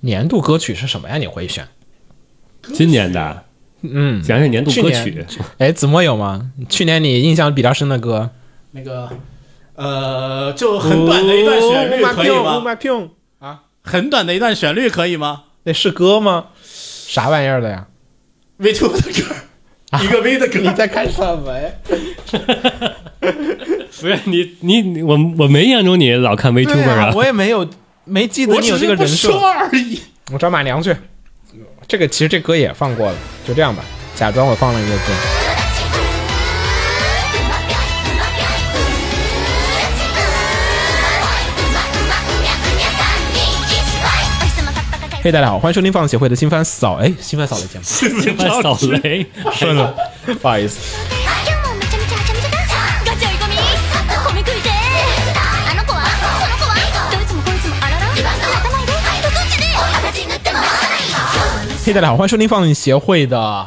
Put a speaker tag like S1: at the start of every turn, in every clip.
S1: 年度歌曲是什么呀？你会选？
S2: 今年的，
S1: 嗯，
S2: 讲讲年度
S1: 去
S2: 歌
S1: 年
S2: 曲，
S1: 哎，子墨有吗？去年你印象比较深的歌？
S3: 那个呃，就很短的一段
S1: Oh
S3: 旋律
S1: 哦
S3: 可以吗？很短的一段旋律可以吗
S1: 那是歌吗？啥玩意儿的呀？
S3: ？V two 的歌，一个 V 的歌，
S1: 在看什么呀？
S2: 不是哎你你你我我没印象中你老看 Vtuber
S1: 对啊，我也没有没记得
S3: 我
S1: 你有这
S3: 只是
S1: 个
S3: 不
S1: 人设
S3: 说。而已。
S1: 我找马良去。这个其实这歌也放过了，就这样吧，假装我放了一个歌。嘿，大家好，欢迎收听放协会的新番扫，哎，新番扫雷节目，
S2: 我扫雷，
S1: 顺了，不好意思。嘿，大家好，欢迎收听放映协会的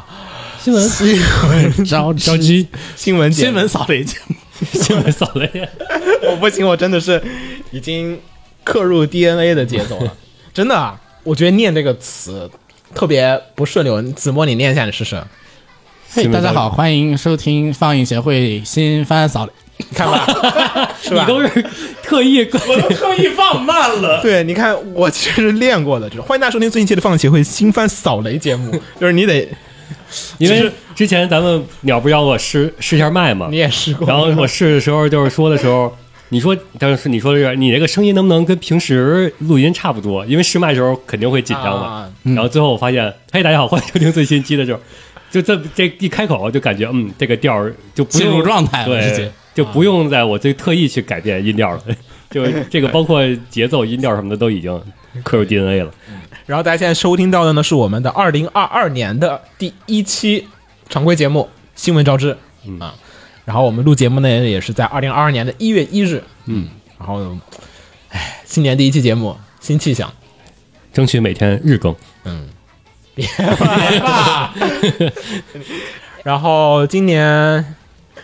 S2: 新闻新闻着着急，
S1: 新闻节目
S3: 新闻扫雷节目，
S2: 新闻扫雷，
S1: 我不行，我真的是已经刻入 DNA 的节奏了， 真的啊！我觉得念这个词特别不顺溜，子墨你念一下你试试，
S4: 嘿，大家好，欢迎收听放映协会新番扫雷。
S1: 看 吧，是
S2: 你
S1: 吧？
S2: 都是特意
S3: 我都特意放慢了。
S1: 对，你看我其实是练过的，就是欢迎大家收听最近期的放映协会新番扫雷节目，就是你 得
S2: 因为之前咱们鸟不让我试试一下麦嘛
S1: 你，也试过，
S2: 然后我试的时候就是说的时候，你说当时你说的是你这个声音能不能跟平时录音差不多？因为试麦的时候肯定会紧张嘛。
S1: 啊
S2: 然后最后我发现，嘿，大家好，欢迎收听最新期的时候，就这这一开口就感觉嗯，这个调儿就不用
S4: 进入状态了直
S2: 对
S4: 接，啊
S2: 就不用在我这特意去改变音调了。 就这个包括节奏、音调什么的都已经刻入 DNA 了。
S1: 然后大家现在收听到的呢是我们的二零二二年的第一期常规节目《新闻招知》
S2: 嗯
S1: 啊，然后我们录节目呢也是在二零二二年的一月一日，嗯，然后，哎，新年第一期节目，新气 象，
S2: 争取每天日更，
S1: 然后今年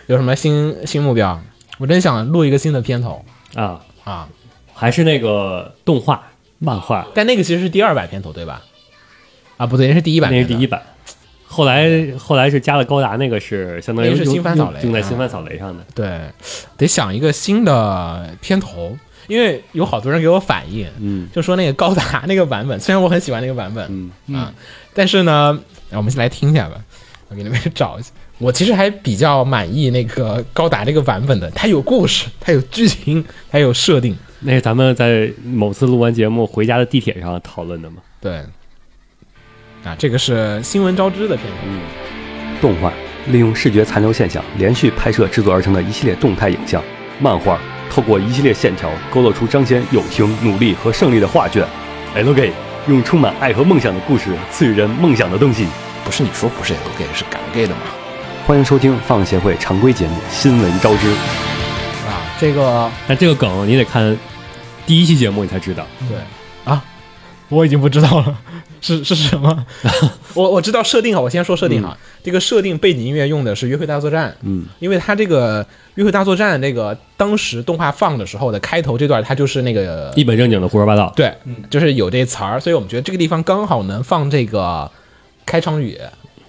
S1: 有什么新新目标？我真想录一个新的片头
S2: 啊，
S1: 啊，
S2: 还是那个动画、漫画，
S1: 但那个其实是第二版片头对吧？啊，不对，那是第一版
S2: 那
S1: 片
S2: 是
S1: 头，
S2: 第一版。后来后来是加了高达，那个是相当于
S1: 那个是
S2: 用
S1: 新番扫雷
S2: 用在
S1: 啊
S2: 新番扫雷上的。
S1: 对，得想一个新的片头，因为有好多人给我反映，
S2: 嗯，
S1: 就说那个高达那个版本，虽然我很喜欢那个版本，
S2: 嗯
S1: 啊，但是呢，啊我们先来听一下吧，我给你们 找一下。我其实还比较满意那个高达这个版本的，它有故事，它有剧情，它有设定。
S2: 那是咱们在某次录完节目回家的地铁上讨论的嘛。
S1: 对，啊，这个是新闻招知的片
S5: 嗯
S1: 头。
S6: 动画利用视觉残留现象连续拍摄制作而成的一系列动态影像；漫画透过一系列线条勾勒出彰显友情、努力和胜利的画卷。L G 用充满爱和梦想的故事赐予人梦想的东西。
S5: 不是你说不是 L gay 是敢 gay 的吗？
S6: 欢迎收听放协会常规节目《新闻招知》。
S1: 啊，这个
S2: 但这个梗你得看第一期节目你才知道，
S1: 对啊，我已经不知道了， 是是什么？ 嗯我我知道设定哈，我先说设定哈。啊这个设定背景音乐用的是《约会大作战》，
S2: 嗯，
S1: 因为它这个《约会大作战》那个当时动画放的时候的开头这段，它就是那个
S2: 一本正经的胡说八道。
S1: 对，就是有这词儿，所以我们觉得这个地方刚好能放这个开场语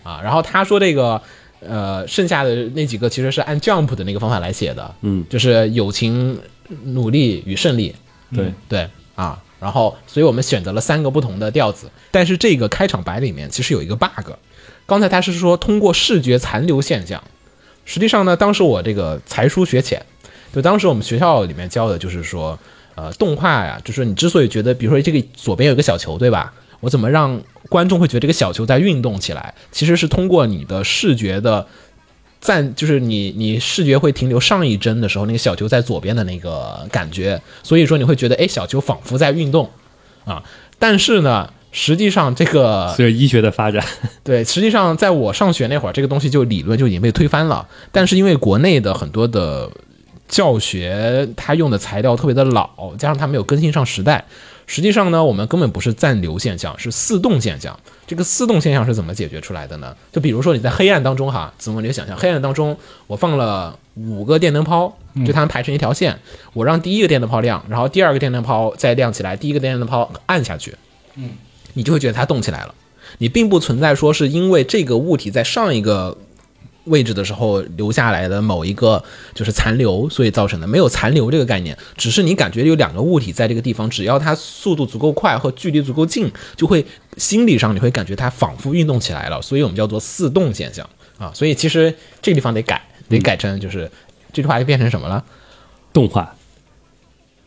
S1: 啊。然后他说这个。呃，剩下的那几个其实是按 Jump 的那个方法来写的，
S2: 嗯，
S1: 就是友情、努力与胜利，
S2: 对，
S1: 对啊，然后所以我们选择了三个不同的调子，但是这个开场白里面其实有一个 bug，刚才他是说通过视觉残留现象，实际上呢，当时我这个才疏学浅，就当时我们学校里面教的就是说，呃，动画呀，就是你之所以觉得，比如说这个左边有个小球，对吧？我怎么让观众会觉得这个小球在运动起来？其实是通过你的视觉的暂就是你你视觉会停留上一帧的时候，那个小球在左边的那个感觉，所以说你会觉得哎，小球仿佛在运动啊。但是呢，实际上这个
S2: 随着医学的发展，
S1: 对，实际上在我上学那会儿，这个东西就理论就已经被推翻了。但是因为国内的很多的教学，它用的材料特别的老，加上它没有跟新上时代，实际上呢，我们根本不是暂留现象，是四动现象。这个四动现象是怎么解决出来的呢？就比如说你在黑暗当中哈，子墨，你就想象黑暗当中，我放了五个电灯泡，就它们排成一条线，我让第一个电灯泡亮，然后第二个电灯泡再亮起来，第一个电灯泡按下去。你就会觉得它动起来了。你并不存在说是因为这个物体在上一个位置的时候留下来的某一个就是残留，所以造成的没有残留这个概念，只是你感觉有两个物体在这个地方，只要它速度足够快或距离足够近，就会心理上你会感觉它仿佛运动起来了，所以我们叫做似动现象啊。所以其实这个地方得改，得改成就是、这句话就变成什么了？
S2: 动画，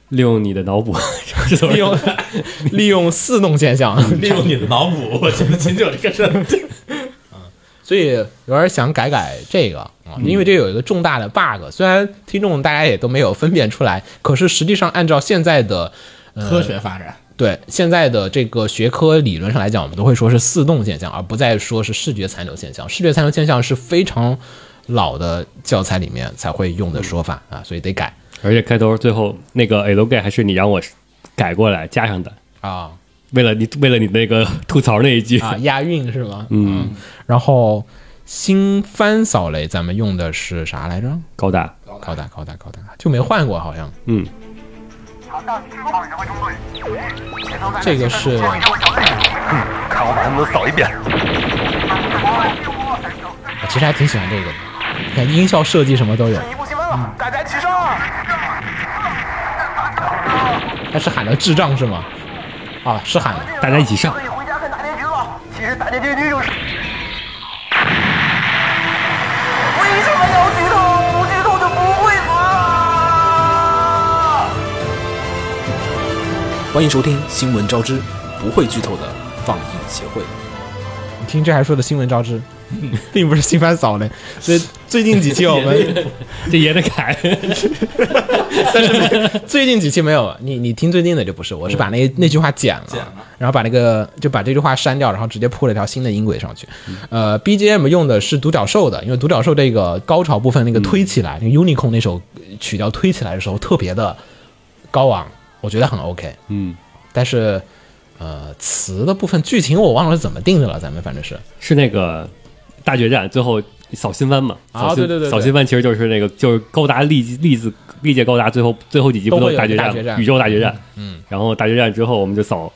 S2: 利用你的脑补， 这怎么
S1: 利用 利用似动现象，
S3: 利用你的脑补，我觉得秦九这个事
S1: 所以有点想改改这个啊，因为这有一个重大的 bug，虽然听众大家也都没有分辨出来，可是实际上按照现在的
S4: 科学发展，
S1: 对现在的这个学科理论上来讲，我们都会说是四动现象，而不再说是视觉残留现象。视觉残留现象是非常老的教材里面才会用的说法啊，所以得改
S2: 而且开头最后那个 A logo 还是你让我改过来加上的，
S1: 啊
S2: 为了你为了你那个吐槽那一句，
S1: 啊押韵是吗？嗯，然后新翻扫雷咱们用的是啥来着？
S2: 高大，
S1: 高达高达高达就没换过好像。
S2: 嗯，
S1: 这个是
S6: 看嗯我把他们都扫一遍。
S1: 我啊其实还挺喜欢这个的。你看音效设计什么都有，
S7: 一步积分了，
S2: 嗯
S7: 大家齐上！
S1: 他是喊的智障是吗？啊，是喊的，
S2: 大家一起上
S7: 可，以回家看大结局了。其实大结局就是……为什么要剧透？不剧透就不会死啊！
S5: 欢迎收听《新闻招之》，不会剧透的放映协会。
S1: 你听这还说的新闻招 知，并不是新番扫雷。所以最近几期我 们，
S2: 这也得改。
S1: 但是最近几期没有你，你听最近的就不是，我是把那那句话嗯剪了，然后把那个就把这句话删掉，然后直接铺了一条新的音轨上去。呃，BGM 用的是独角兽的，因为独角兽这个高潮部分那个推起来，那个 Unicorn 那首曲调推起来的时候特别的高昂，我觉得很 OK。
S2: 嗯，
S1: 但是呃词的部分剧情我忘了是怎么定的了，咱们反正是
S2: 是那个大决战最后扫新番嘛？
S1: 啊
S2: 扫新
S1: 对对对对
S2: 扫新番其实就是那个就是高达历历次历届高达最后最后几集不
S1: 都会
S2: 是
S1: 有
S2: 大
S1: 一个
S2: 决
S1: 大
S2: 战
S1: 决
S2: 吗
S1: 战
S2: 宇宙大决战？嗯，然后大决战之后我们就扫，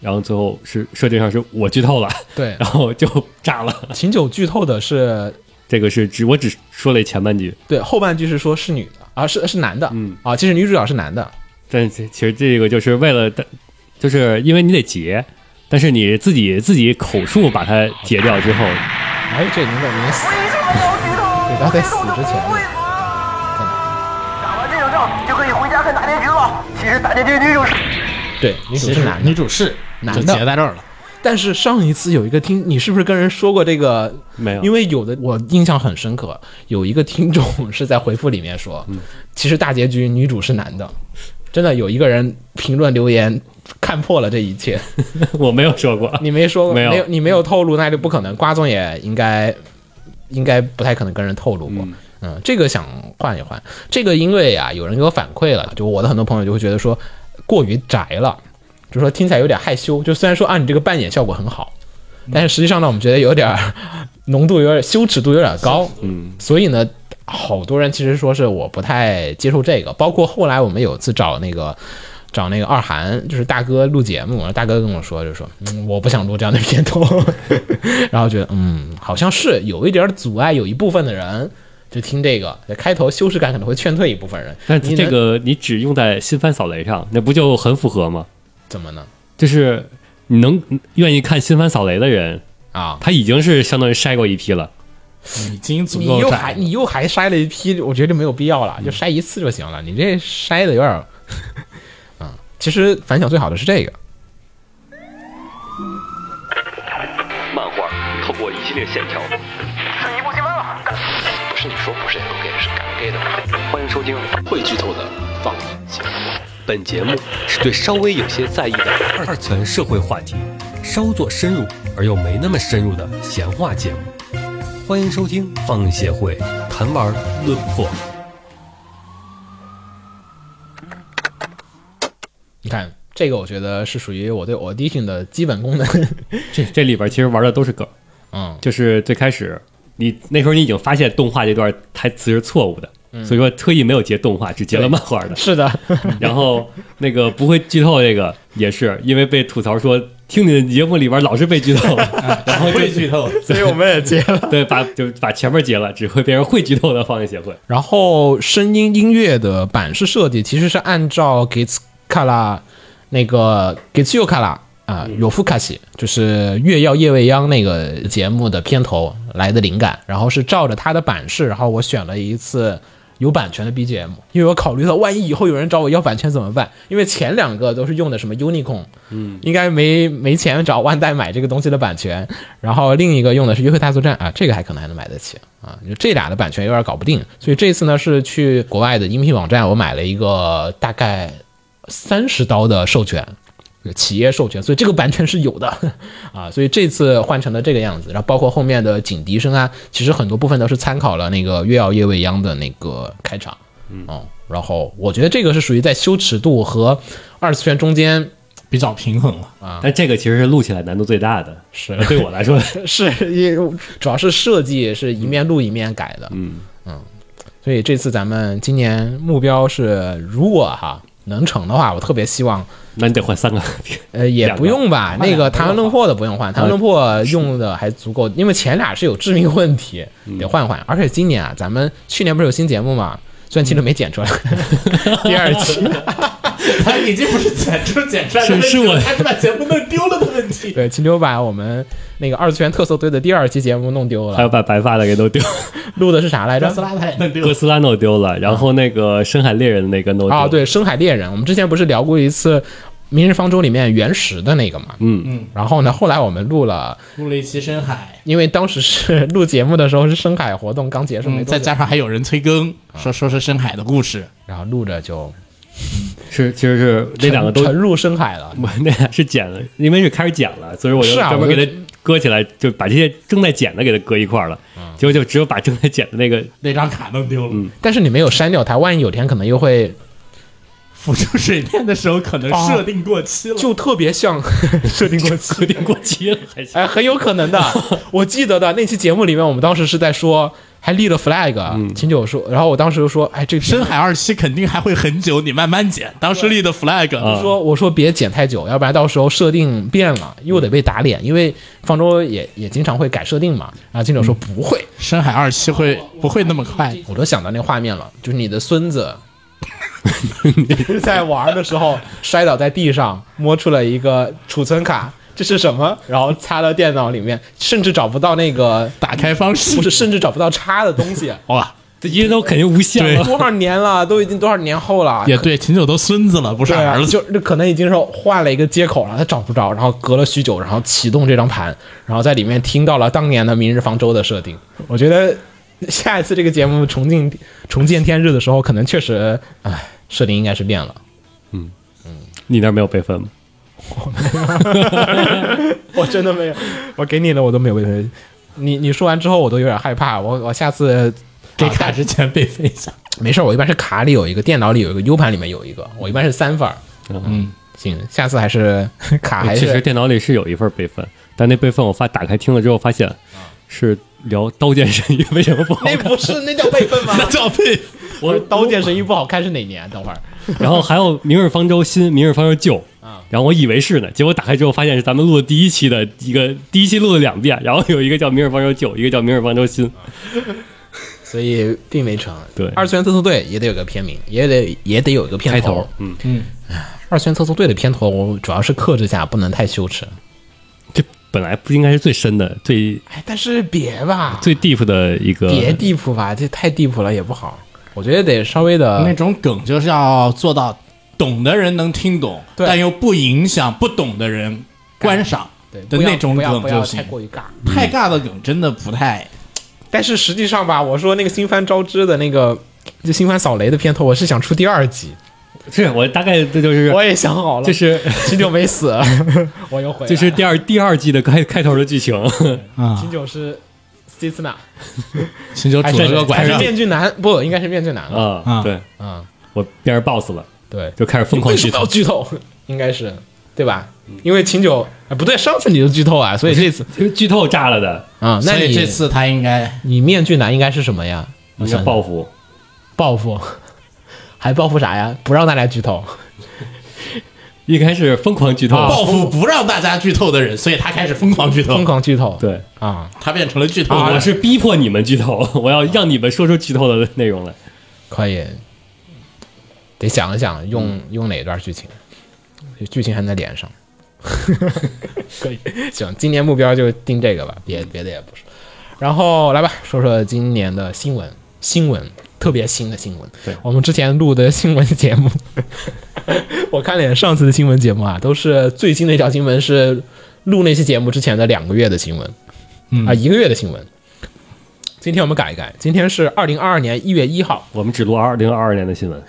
S2: 然后最后是设定上是我剧透了，
S1: 对
S2: 然后就炸了。
S1: 秦九剧透的是
S2: 这个是只我只说了前半句，
S1: 对后半句是说是女的啊，是是男的，
S2: 嗯
S1: 啊，其实女主角是男的，
S2: 但其其实这个就是为了，就是因为你得截，但是你自己自己口述把它截掉之后，
S1: 哎，这女的已经死了，
S7: 为什么要剧透？
S1: 对，她在死之前
S7: 不会死啊！打完这场仗就可以回家看大结局了。其实大结局就是……
S1: 对，女主是男的
S4: 女，主是
S1: 男
S4: 就
S1: 的
S4: 结在这儿了。
S1: 但是上一次有一个听，你是不是跟人说过这个？
S2: 没有
S1: 因为有的我印象很深刻，有一个听众是在回复里面说，
S2: 嗯
S1: 其实大结局女主是男的，真的有一个人评论留言看破了这一切，
S2: 我没有说过，
S1: 你没说过，
S2: 没有
S1: 你没有透露，那就不可能。瓜总也应该应该不太可能跟人透露过。嗯这个想换一换。这个因为啊，有人给我反馈了，就我的很多朋友就会觉得说过于宅了，就说听起来有点害羞。就虽然说啊，你这个扮演效果很好，
S2: 嗯
S1: 但是实际上呢，我们觉得有点儿浓度有点羞耻度有点高。嗯，所以呢。好多人其实说是我不太接受这个，包括后来我们有一次找那个找那个二韩，就是大哥录节目，大哥跟我说，就说、嗯、我不想录这样的片头， 然后觉得嗯，好像是有一点阻碍，有一部分的人就听这个开头修饰感可能会劝退一部分人，
S2: 但
S1: 你
S2: 这
S1: 能
S2: 个你只用在新番扫雷上，那不就很符合吗？
S1: 怎么呢？
S2: 就是你能愿意看新番扫雷的人，
S1: 啊，
S2: 他已经是相当于筛过一批了。
S4: 已经足
S1: 你
S4: 够
S1: 又
S4: 窄
S1: 还
S4: 了，
S1: 你又还筛了一批，我觉得就没有必要了，就筛一次就行了。你这筛的有点儿，啊， 啊其实反响最好的是这个，
S6: 漫画透过一系列线条，
S7: 是一步积分了，
S5: 不是你说不是 L gay 是敢 gay 的吗？
S6: 欢迎收听。
S5: 会剧透的放映协会。
S6: 本节目是对稍微有些在意的二次元社会话题，稍作深入而又没那么深入的闲话节目。欢迎收听放映协会谈玩论破。
S1: 你看这个，我觉得是属于我对 audition 的 基本功能，
S2: 这这里边其实玩的都是梗，
S1: 嗯，
S2: 就是最开始你那时候你已经发现动画这段台词是错误的，
S3: 嗯
S2: 所以说特意没有截动画，只截了漫画的。
S1: 是的，
S2: 然后那个不会剧透这个也是因为被吐槽说听你的节目里边老是被剧透， 然后就
S3: 啊会剧透，
S4: 所以我们也接了。
S2: 对，把就把前面截了，只会变成会剧透的放映协会。
S1: 然后声音音乐的版式设计其实是按照 Gits Kala 那个 Gits y o Kala 啊有福卡西，就是《月耀夜未央》那个节目的片头来的灵感，然后是照着它的版式，然后我选了一次。有版权的 BGM，因为我考虑到万一以后有人找我要版权怎么办？因为前两个都是用的什么 Unicorn，嗯，应该没没钱找万代买这个东西的版权。然后另一个用的是《约会大作战》啊，这个还可能还能买得起啊，就这俩的版权有点搞不定。所以这次呢是去国外的音频网站，我买了一个大概三十刀的授权，企业授权，所以这个版权是有的 啊。所以这次换成了这个样子，然后包括后面的警笛声啊，其实很多部分都是参考了那个《月耀夜未央》的那个开场，嗯，然后我觉得这个是属于在羞耻度和二次元中间
S4: 比较平衡了，
S3: 啊
S2: 但这个其实是录起来难度最大的，
S1: 是
S2: 对我来说，
S1: 是也主要是设计是一面录一面改的，嗯所以这次咱们今年目标是，如果哈能成的话，我特别希望
S2: 那你得换三个。
S3: 啊
S1: 呃，也
S2: 两个
S1: 不用吧。那个《谈论论破》的不用换，《谈论论破》用的还足够，因为前俩是有致命问题，
S2: 嗯
S1: 得换换。而且今年啊，咱们去年不是有新节目嘛？虽然
S2: 嗯
S1: 其实没剪出来，第二 期，
S3: 他已经不是剪出剪出来的问题
S2: 是是我
S3: 了，他是把节目弄丢了的问题。
S1: 对秦九把我们那个二次元特搜队的第二期节目弄丢
S2: 还
S1: 了
S2: 有，把白发的给弄丢，
S1: 录的是啥来
S3: 哥斯
S1: 着？
S3: 拉他也弄 丢
S2: 哥
S3: 了，
S2: 斯拉弄丢了，然后那个深海猎人那个弄丢
S1: 啊，，对，《深海猎人》，我们之前不是聊过一次《明日方舟》里面原石的那个嘛？
S2: 嗯
S1: 嗯。然后呢，后来我们录了，
S3: 录了一期深海，
S1: 因为当时是 录节目的时候是深海活动刚结束没多
S4: 嗯，再
S1: 久，
S4: 加上还有人催更，
S1: 嗯
S4: 说说是深海的故事，
S1: 然后录着就是
S2: 其实是那两个都
S1: 沉入深海了。
S2: 我 那俩是剪了，因为是开始剪了，所以我就是
S1: 啊
S2: 专
S1: 我
S2: 门给
S1: 就
S2: 它搁起来，就把这些正在剪的给它搁一块儿了。
S1: 嗯
S2: 结果就只有把正在剪的那个
S4: 那张卡弄丢了，
S1: 但是你没有删掉它，万一有天可能又会
S3: 浮出水面的时候可
S4: 哦
S3: 能设定过期 了。
S1: 就特别 像设定过期，
S2: 核定过期了，还行。
S1: 哎，很有可 能的。我记得的那期节目里面，我们当时是在说，还立了 flag。秦
S2: 嗯
S1: 九说，然后我当时就说，哎，这个
S4: 深海二期肯定还会很久，你慢慢剪。当时立的 flag，、
S1: 我说我说别剪太久，要不然到时候设定变了又得被打脸，因为方舟也也经常会改设定嘛。然后秦九说不会，
S4: 深海二期会不会那么快？
S1: 我都想到那画面了，就是你的孙子 在玩的时候摔倒在地上，摸出了一个储存卡，这是什么？然后插到电脑里面，甚至找不到那个
S4: 打开方式
S1: 不是，甚至找不到插的东西。
S4: 哇，
S2: 这因为都肯定无效了，
S1: 多少年了，都已经多少年后 了，
S4: 也对，秦九都孙子了，不是
S1: 对啊
S4: 儿，子。
S1: 就就可能已经是换了一个接口了，他找不着，然后隔了许久，然后启动这张盘，然后在里面听到了当年的《明日方舟》的设定。我觉得下一次这个节目重进重见天日的时候，可能确实，唉，设定应该是变了。
S2: 你那儿没有备份吗？
S1: 我真的没有，我给你的我都没有备份。你你说完之后，我都有点害怕。我我下次
S4: 给卡之前备份一下，
S1: 没事儿，我一般是卡里有一个，电脑里有一个，U 盘里面有一个，我一般是三份儿。嗯，行，下次还是 卡还
S2: 其实
S1: 是
S2: 电脑里是有一份备份，但那备份我发打开听了之后发现是聊《刀剑神域》，为什么不好
S1: 啊那
S2: 看？
S1: 不是那叫备份吗？
S4: 照备。
S1: 我《刀剑神域》不好看是哪年？啊等会儿
S2: 然后还有《明日方舟新》《明日方舟旧》
S1: 啊
S2: 然后我以为是呢，结果打开之后发现是咱们录的第一期的一个，第一期录了两遍，然后有一个叫《明日方舟旧》，一个叫《明日方舟新》，
S1: 啊所以并没成。
S2: 对
S1: 二次元特搜队也得有个片名，也得也得有一个片
S2: 开
S1: 头
S2: 头。，嗯，
S1: 二次元特搜队的片头，我主要是克制下，不能太羞耻。
S2: 这本来不应该是最深的、最
S1: 哎，但是别吧，
S2: 最 deep 的一个，
S1: 别地铺吧，这太地铺了也不好。我觉得得稍微
S4: 那
S1: 的，
S4: 种梗就是要做到懂的人能听懂，
S1: 对
S4: 但又不影响不懂的人观赏
S1: 对
S4: 的
S1: 不要
S4: 那种
S1: 不要
S4: 梗
S1: 不要
S4: 就
S1: 太
S4: 行。
S1: 过于尬。
S4: 太尬的梗真的不太
S1: 但是实际上吧，我说那个新番招之的那个，就新番扫雷的片头，我是想出第二集，
S2: 是我大概这就是，
S1: 我也想好了，
S2: 这是
S1: 秦九没死，我又回来了。
S2: 这是第二第二季的开开头的剧情，
S4: 啊
S1: 秦。九是 C 次纳，
S4: 秦九
S1: 还
S4: 拄
S1: 是
S4: 了个拐
S1: 还是
S4: 杖，
S1: 面具男？不，应该是面具男了。
S2: 啊，对
S1: 嗯，
S2: 我变成 boss 了，
S1: 对，
S2: 就开始疯狂
S1: 为
S2: 剧
S1: 什么要
S2: 透。
S1: 剧透？ 应该是对吧？因为秦九，哎，不对，上次你就剧透啊，所以这次
S2: 因为剧透炸了的，
S1: 啊，那
S4: 所以
S1: 你
S4: 这次他应该
S1: 你面具男应该是什么呀？我
S2: 应该
S1: 想
S2: 报复，
S1: 报复，还报复啥呀？不让大家剧透。
S2: 应该是疯狂剧
S4: 啊
S2: 透，
S3: 报复不让大家剧透的人，所以他开始疯狂剧透
S4: 嗯
S1: 疯，狂剧透，
S2: 对。
S1: 啊，
S3: 他变成了剧透
S2: 我
S4: 啊
S3: 魔
S2: 是逼迫你们剧透， 我要让你们说出剧透的内容来。
S1: 可以，得想一想用、用哪段剧情，剧情还在脸上。 可以， 嗯行，今年目标就定这个吧，别别的也不是。然后来吧，说说今年的新闻，新闻特别新的新闻。
S2: 对
S1: 我们之前录的新闻节 目，我看了眼上次的新闻节目啊，都是最新的一条新闻是录那期节目之前的两个月的新闻，嗯、啊，一个月的新闻。今天我们改一改，今天是二零二二年一月一号，
S2: 我们只录二零二二年的新闻，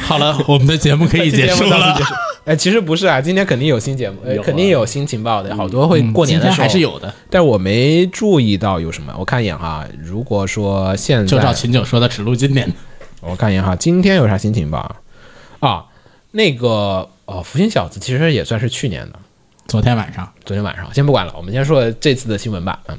S3: 好
S4: 呃
S3: 了，我们的节目可以结束了。
S1: 哎，其实不是啊，今天肯定有新节目，呃
S2: 有啊
S1: 肯定有新情报的，好多会过年
S4: 嗯今
S1: 的
S4: 天
S1: 时候
S4: 还是，有的，
S1: 但我没注意到有什么。我看一眼哈，如果说现
S4: 就照
S1: 在
S4: 秦九说的，只录今年。
S1: 我看一眼哈，今天有啥新情报啊？啊，那个哦，福星小子其实也算是去年的，
S4: 昨天晚上，
S1: 昨天晚上，先不管了，我们先说这次的新闻吧。嗯，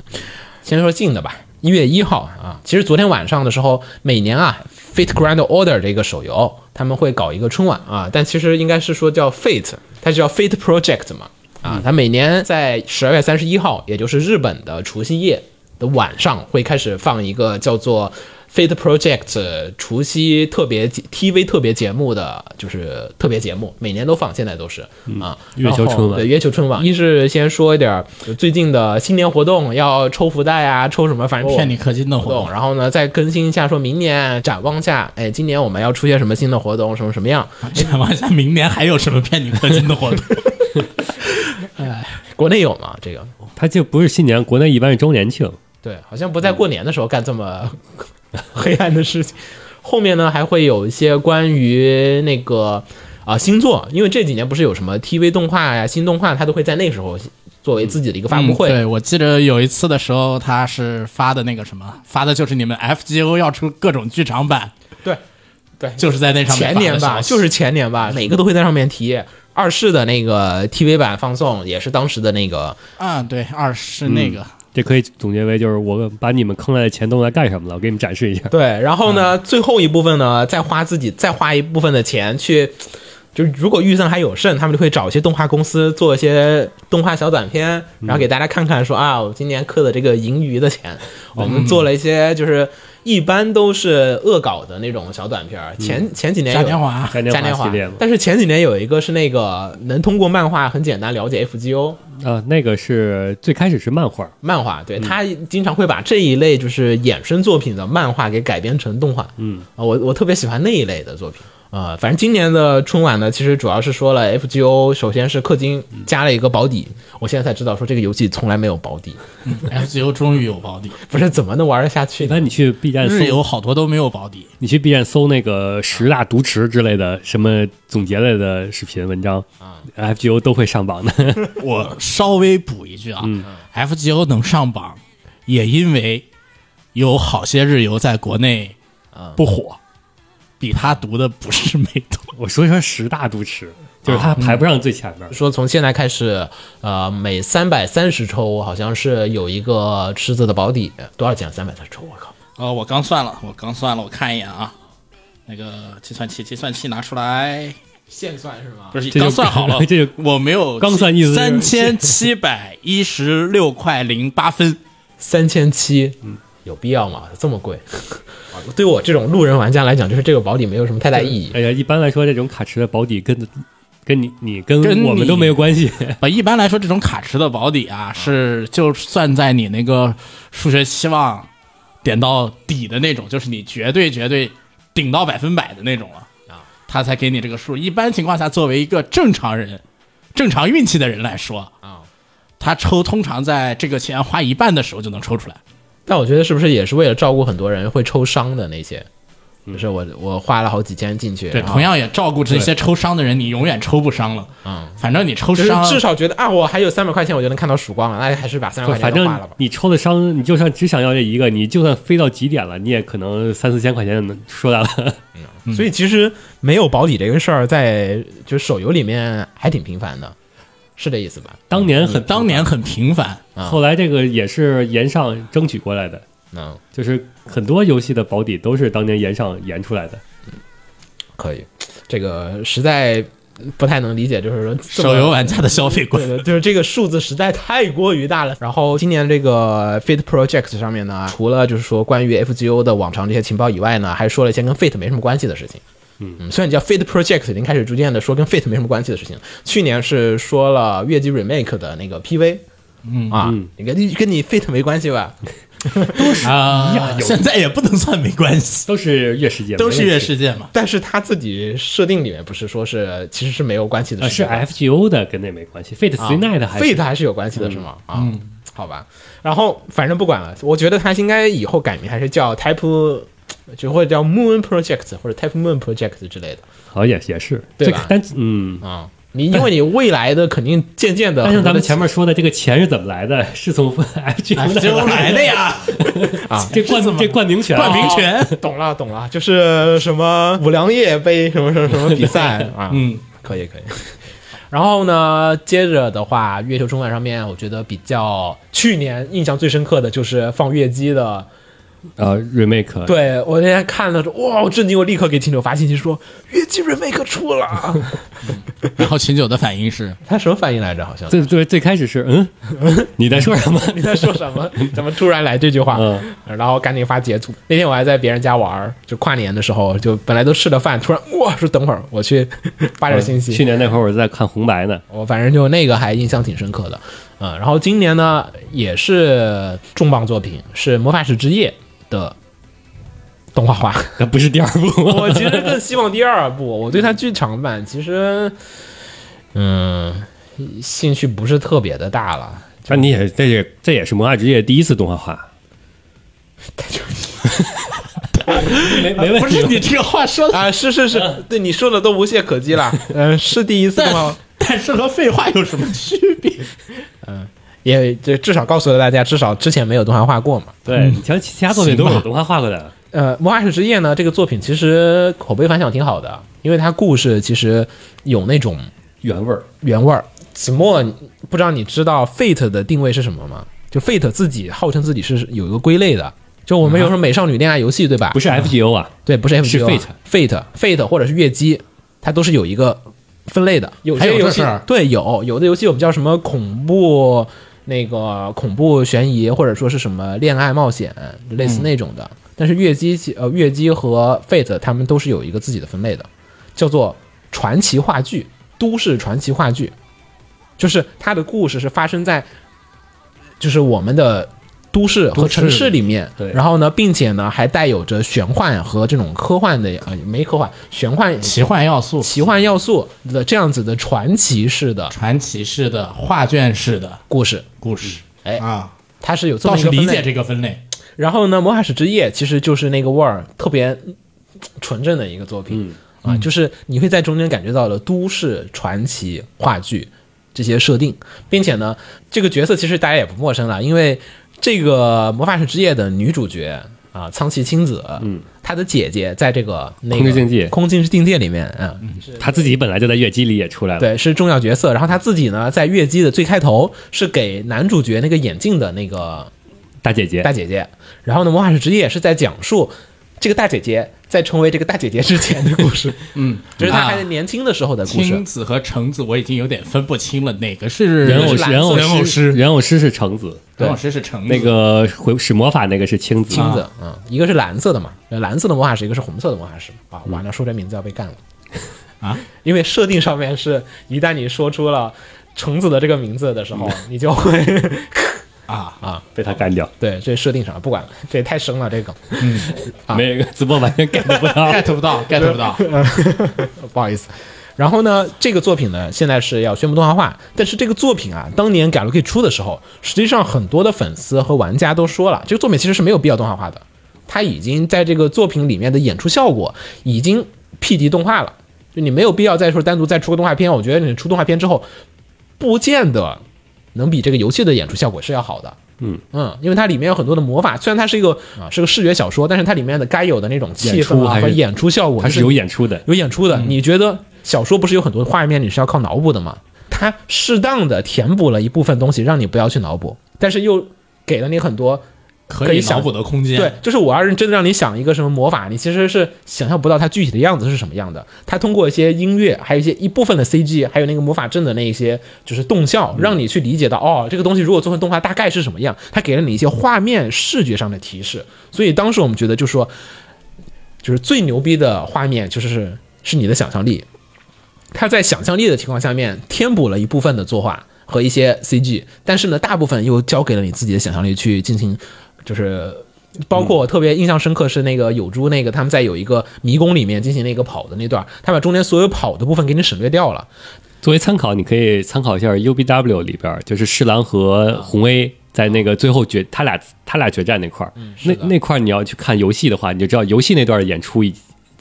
S1: 先说近的吧。一月一号啊，其实昨天晚上的时候，每年啊，Fate Grand Order 这个手游，他们会搞一个春晚啊，但其实应该是说叫 Fate，它是叫 Fate Project 嘛。啊，它每年在十二月三十一号，也就是日本的除夕夜的晚上，会开始放一个叫做 Fate Project 除夕特别节 TV 特别节目的，就是特别节目，每年都放，现在都是啊。
S2: 嗯月球
S1: 然后
S2: 春晚
S1: 对月球春晚，一是先说一点儿最近的新年活动，要抽福袋啊，抽什么，反正
S4: 骗你氪金的活
S1: 活动，
S4: 动，
S1: 然后呢再更新一下，说明年展望一下，哎，今年我们要出些什么新的活动，什么什么样。
S4: 展望一下明年还有什么骗你氪金的活 动？
S1: 国内有吗？这个
S2: 它这不是新年，国内一般是周年庆，
S1: 对，好像不在过年的时候干这么黑暗的事情。后面呢还会有一些关于那个啊、星座，因为这几年不是有什么 TV 动画呀、新动画，它都会在那时候作为自己的一个发布会。
S4: 嗯对我记得有一次的时候，他是发的那个什么，发的就是你们 FGO 要出各种剧场版，
S1: 对对
S4: 就是在那上面
S1: 前
S4: 发的
S1: 年吧，
S4: 消息
S1: 就是前年吧，每个都会在上面提。二世的那个 TV 版放送也是当时的那个，
S4: 啊，对，二是那个，
S2: 这可以总结为就是我把你们坑来的钱都用来干什么了？我给你们展示一下。
S1: 对，然后
S4: 嗯
S1: 呢，最后一部分呢，再花自己再花一部分的钱去，就是如果预算还有剩，他们就会找一些动画公司做一些动画小短片，
S4: 嗯
S1: 然后给大家看看说啊，我今年氪的这个盈余的钱，
S4: 嗯
S1: 我们做了一些就是一般都是恶搞的那种小短片儿，前前几年
S4: 嗯嘉
S1: 有
S4: 年华
S1: 嘉
S2: 嘉年
S1: 年华
S2: 系列嘛，
S1: 但是前几年有一个是那个能通过漫画很简单了解 FGO
S2: 啊，那个是最开始是漫画，
S1: 漫画，对他经常会把这一类就是衍生作品的漫画给改编成动画。嗯，我我特别喜欢那一类的作品。呃，反正今年的春晚呢，其实主要是说了 FGO，首先是氪金加了一个保底，我现在才知道说这个游戏从来没有保底，
S4: FGO 终于有保底，
S1: 不是怎么能玩得下去
S2: 一
S1: 呢？
S2: 般你去 B 站
S4: 日
S2: 搜，
S4: 游好多都没有保底，
S2: 你去 B 站搜那个十大毒池之类的什么总结类的视频文章，FGO 都会上榜的。
S4: 我稍微补一句啊、f g o 能上榜，也因为有好些日游在国内不火，比他读的不是没读。
S2: 我说一说十大毒池，就是它排不上最前面。
S1: 说从现在开始，呃，每三百三十抽好像是有一个池子的保底，多少钱？三百三十抽，我靠！
S4: 呃，我刚算了，我刚算了，我看一眼啊，那个计算器，计算器拿出来，
S1: 现算是吗？
S4: 不是
S2: 这就
S4: 刚算 好了，
S2: 这就
S4: 我没有
S2: 刚算意思是
S4: 三 千七百一十六块零八分，
S1: 三千七，
S4: 嗯
S1: 有必要吗？这么贵？ 啊对我这种路人玩家来讲，就是这个保底没有什么太大意义。
S2: 哎呀，一般来说这种卡池的保底跟跟你你跟
S4: 跟
S2: 我们
S4: 你
S2: 都没有关系。
S4: 呃，一般来说，这种卡池的保底啊，是就算在你那个数学期望点到底的那种，就是你绝对绝对顶到百分百的那种了
S1: 啊，
S4: 他才给你这个数。一般情况下，作为一个正常人、正常运气的人来说
S1: 啊，
S4: 他抽通常在这个钱花一半的时候就能抽出来。
S1: 但我觉得是不是也是为了照顾很多人会抽伤的那些？就是我我花了好几千进去，
S4: 嗯对，
S1: 然后
S4: 同样也照顾这些抽伤的人，你永远抽不伤了。
S1: 嗯，
S4: 反正你抽
S1: 就是
S4: 伤，
S1: 至少觉得啊，我还有三百块钱我就能看到曙光了，那还是把三百块
S2: 反
S1: 钱都
S2: 正
S1: 花了吧。
S2: 你抽的伤，你就算只想要这一个，你就算飞到极点了，你也可能三四千块钱能出来了。
S1: 所以其实没有保底这个事儿，在就是手游里面还挺频繁的，是这意思吧？
S2: 当年很，
S4: 当年很频繁。
S1: 啊
S2: 后来这个也是延上争取过来的，
S1: 嗯，
S2: 就是很多游戏的保底都是当年延上延出来的。
S1: 可以，这个实在不太能理解，就是说这么
S4: 手游玩家的消费观
S1: 对。的，就是这个数字实在太过于大了。然后今年这个 Fate Project 上面呢，除了就是说关于 FGO 的往常这些情报以外呢，还说了一些跟 Fate 没什么关系的事情。嗯，虽然叫 Fate Project 已经开始逐渐的说跟 Fate 没什么关系的事情了，去年是说了《月姬 Remake》的那个 PV，嗯啊，你跟跟你 Fate 没关系吧？
S4: 啊， 现在也不能算没关系，
S2: 都是月世界，
S4: 都是
S2: 没问
S4: 月
S2: 题
S4: 世界嘛。
S1: 但是他自己设定里面不是说是其实是没有关系的啊
S2: 啊，
S1: 事
S2: 是
S1: 情吧，
S2: FGO 的，跟那没关系。Fate Stay Night 还是嗯
S1: Fate 还是有关系的，是吗？啊，好吧。然后反正不管了，我觉得他应该以后改名还是叫 Type，就或者叫 Moon Project 或者 Type Moon Project 之类的
S2: 好像也也是
S1: 对
S2: 这
S1: 吧
S2: 个，但嗯，
S1: 啊。你因为你未来的肯定渐渐的，
S2: 但是咱们前面说的这个钱是怎么来的？是从 FGO
S4: 这
S2: 的
S4: 来的呀，
S2: 这冠这冠名权，
S4: 冠名权，
S1: 懂了懂了，就是什么五粮液杯什么什么什么比赛 啊，
S4: 嗯，
S1: 可以可以。然后呢，接着的话，月球春晚上面，我觉得比较去年印象最深刻的就是放月姬的。
S2: 呃 remake
S1: 对我那天看了，哇，我震惊！我立刻给秦九发信息说月姬 remake 出了。
S4: 然后秦九的反应是，
S1: 他什么反应来着？好像
S2: 最最最开始是嗯，你在说什么？
S1: 你在说什 么？怎么突然来这句话？
S2: 嗯
S1: 然后赶紧发截图。那天我还在别人家玩儿，就跨年的时候，就本来都吃了饭，突然哇，说等会儿我去 发点信息。
S2: 去年那会儿我在看红白呢，
S1: 我反正就那个还印象挺深刻的，嗯，然后今年呢也是重磅作品是《魔法使之夜》的动画化。
S2: 那不是第二部。
S1: 我其实更希望第二部，我对它剧场版其实，嗯，兴趣不是特别的大了。
S2: 那 你也这也这也是《魔法职业》第一次动画化， 没没问题吧。
S1: 这个话说的啊，是是是，对你说的都无懈可击 了。嗯，是第一次吗？
S4: 但是和废话有什么区别？
S1: 也这至少告诉了大家，至少之前没有动画化过嘛。
S2: 对，你像其他作品都是有动画画过的，
S1: 呃，《魔法使之夜》呢，这个作品其实口碑反响挺好的，因为它故事其实有那种
S2: 原味儿。
S1: 原味儿。子墨，不知道你知道 Fate 的定位是什么吗？就 Fate 自己号称自己是有一个归类的，就我们有时候美少女恋爱游戏对吧？
S2: 不是 FGO 啊，
S1: 对，不是 FGO，
S2: 是
S1: Fate Fate 或者是月姬，它都是有一个分类的。有
S4: 还有
S1: 些
S4: 这
S1: 游戏
S4: 事儿
S1: 对有有的游戏我们叫什么恐怖那个恐怖悬疑，或者说是什么恋爱冒险，类似那种的。但是月姬其呃月姬和 Fate 他们都是有一个自己的分类的，叫做传奇话剧、都市传奇话剧，就是它的故事是发生在就是我们的都市和城市里面，
S2: 对
S1: 然后呢，并且呢还带有着玄幻和这种科幻的呃没科幻玄幻
S4: 奇幻要素，
S1: 奇幻要素的这样子的传奇式的
S4: 传奇式的、画卷式的
S1: 故事，
S4: 故事，
S1: 哎
S4: 啊，
S1: 它是有这
S4: 倒
S1: 么一
S4: 是
S1: 个
S4: 理
S1: 分类
S4: 解这个分类。
S1: 然后呢，《魔法使之夜》其实就是那个味儿特别纯正的一个作
S2: 嗯
S1: 品、啊，就是你会在中间感觉到了都市传奇话剧这些设定，并且呢，这个角色其实大家也不陌生了，因为这个《魔法使之夜》的女主角。啊，苍崎青子，嗯，她的姐姐在这个那个
S2: 空之境界
S1: 空境之境界里面，嗯，
S2: 他自己本来就在月姬里也出来了。
S1: 对，是重要角色。然后她自己呢，在月姬的最开头是给男主角那个眼镜的那个
S2: 大姐姐
S1: 大，姐姐。然后呢，《魔法使之夜》是在讲述这个大姐姐在成为这个大姐姐之前的故事， 嗯，就是她还在年轻的时候的故事
S4: 青。子和橙子，我已经有点分不清了，哪个是
S2: 人偶
S1: 是蓝色
S2: 人偶
S1: 人
S4: 偶师嗯
S2: 人偶师是橙子，
S4: 任老师是橙子
S2: 那个回使魔法那个是青子，
S1: 青子，嗯，一个是蓝色的嘛，蓝色的魔法石，一个是红色的魔法石。啊，完了，说这名字要被干了
S4: 啊！
S1: 因为设定上面是一旦你说出了橙子的这个名字的时候，你就会
S4: 啊，
S2: 被他干掉，
S1: 对这设定上不管了，这也太深了，这个啊
S2: 没有一个直播完全 get 不到。
S4: get 不到，get 不到，
S1: 不好意思。然后呢，这个作品呢，现在是要宣布动画化。但是这个作品啊，当年《改路 K》出的时候，实际上很多的粉丝和玩家都说了，这个作品其实是没有必要动画化的。它已经在这个作品里面的演出效果已经 P 级动画了，就你没有必要再说单独再出个动画片。我觉得你出动画片之后，不见得能比这个游戏的演出效果是要好的。
S2: 嗯
S1: 嗯，因为它里面有很多的魔法，虽然它是一个啊是个视觉小说，但是它里面的该有的那种气
S2: 演出
S1: 氛啊
S2: 还
S1: 和
S2: 是
S1: 演出效果，
S2: 他
S1: 就是
S2: 有演出的，
S1: 有嗯演出的。你觉得小说不是有很多画面你是要靠脑补的吗？它适当的填补了一部分东西，让你不要去脑补，但是又给了你很多可以
S4: 脑
S1: 想
S4: 补的空间。
S1: 对，，就是我要是真的让你想一个什么魔法，你其实是想象不到它具体的样子是什么样的。它通过一些音乐，还有一些一部分的 CG，还有那个魔法阵的那一些就是动效，让你去理解到哦，这个东西如果做成动画大概是什么样。它给了你一些画面视觉上的提示，所以当时我们觉得就说，就是最牛逼的画面就是是是你的想象力。它在想象力的情况下面填补了一部分的作画和一些 CG，但是呢，大部分又交给了你自己的想象力去进行，就是。包括我特别印象深刻是那个有猪那个他们在有一个迷宫里面进行那个跑的那段，他把中间所有跑的部分给你省略掉了。
S2: 作为参考，你可以参考一下 UBW 里边儿，就是侍郎和红 A 在那个最后决他俩他俩决战那块儿，
S1: 嗯
S2: 那那块儿你要去看游戏的话，你就知道游戏那段演出以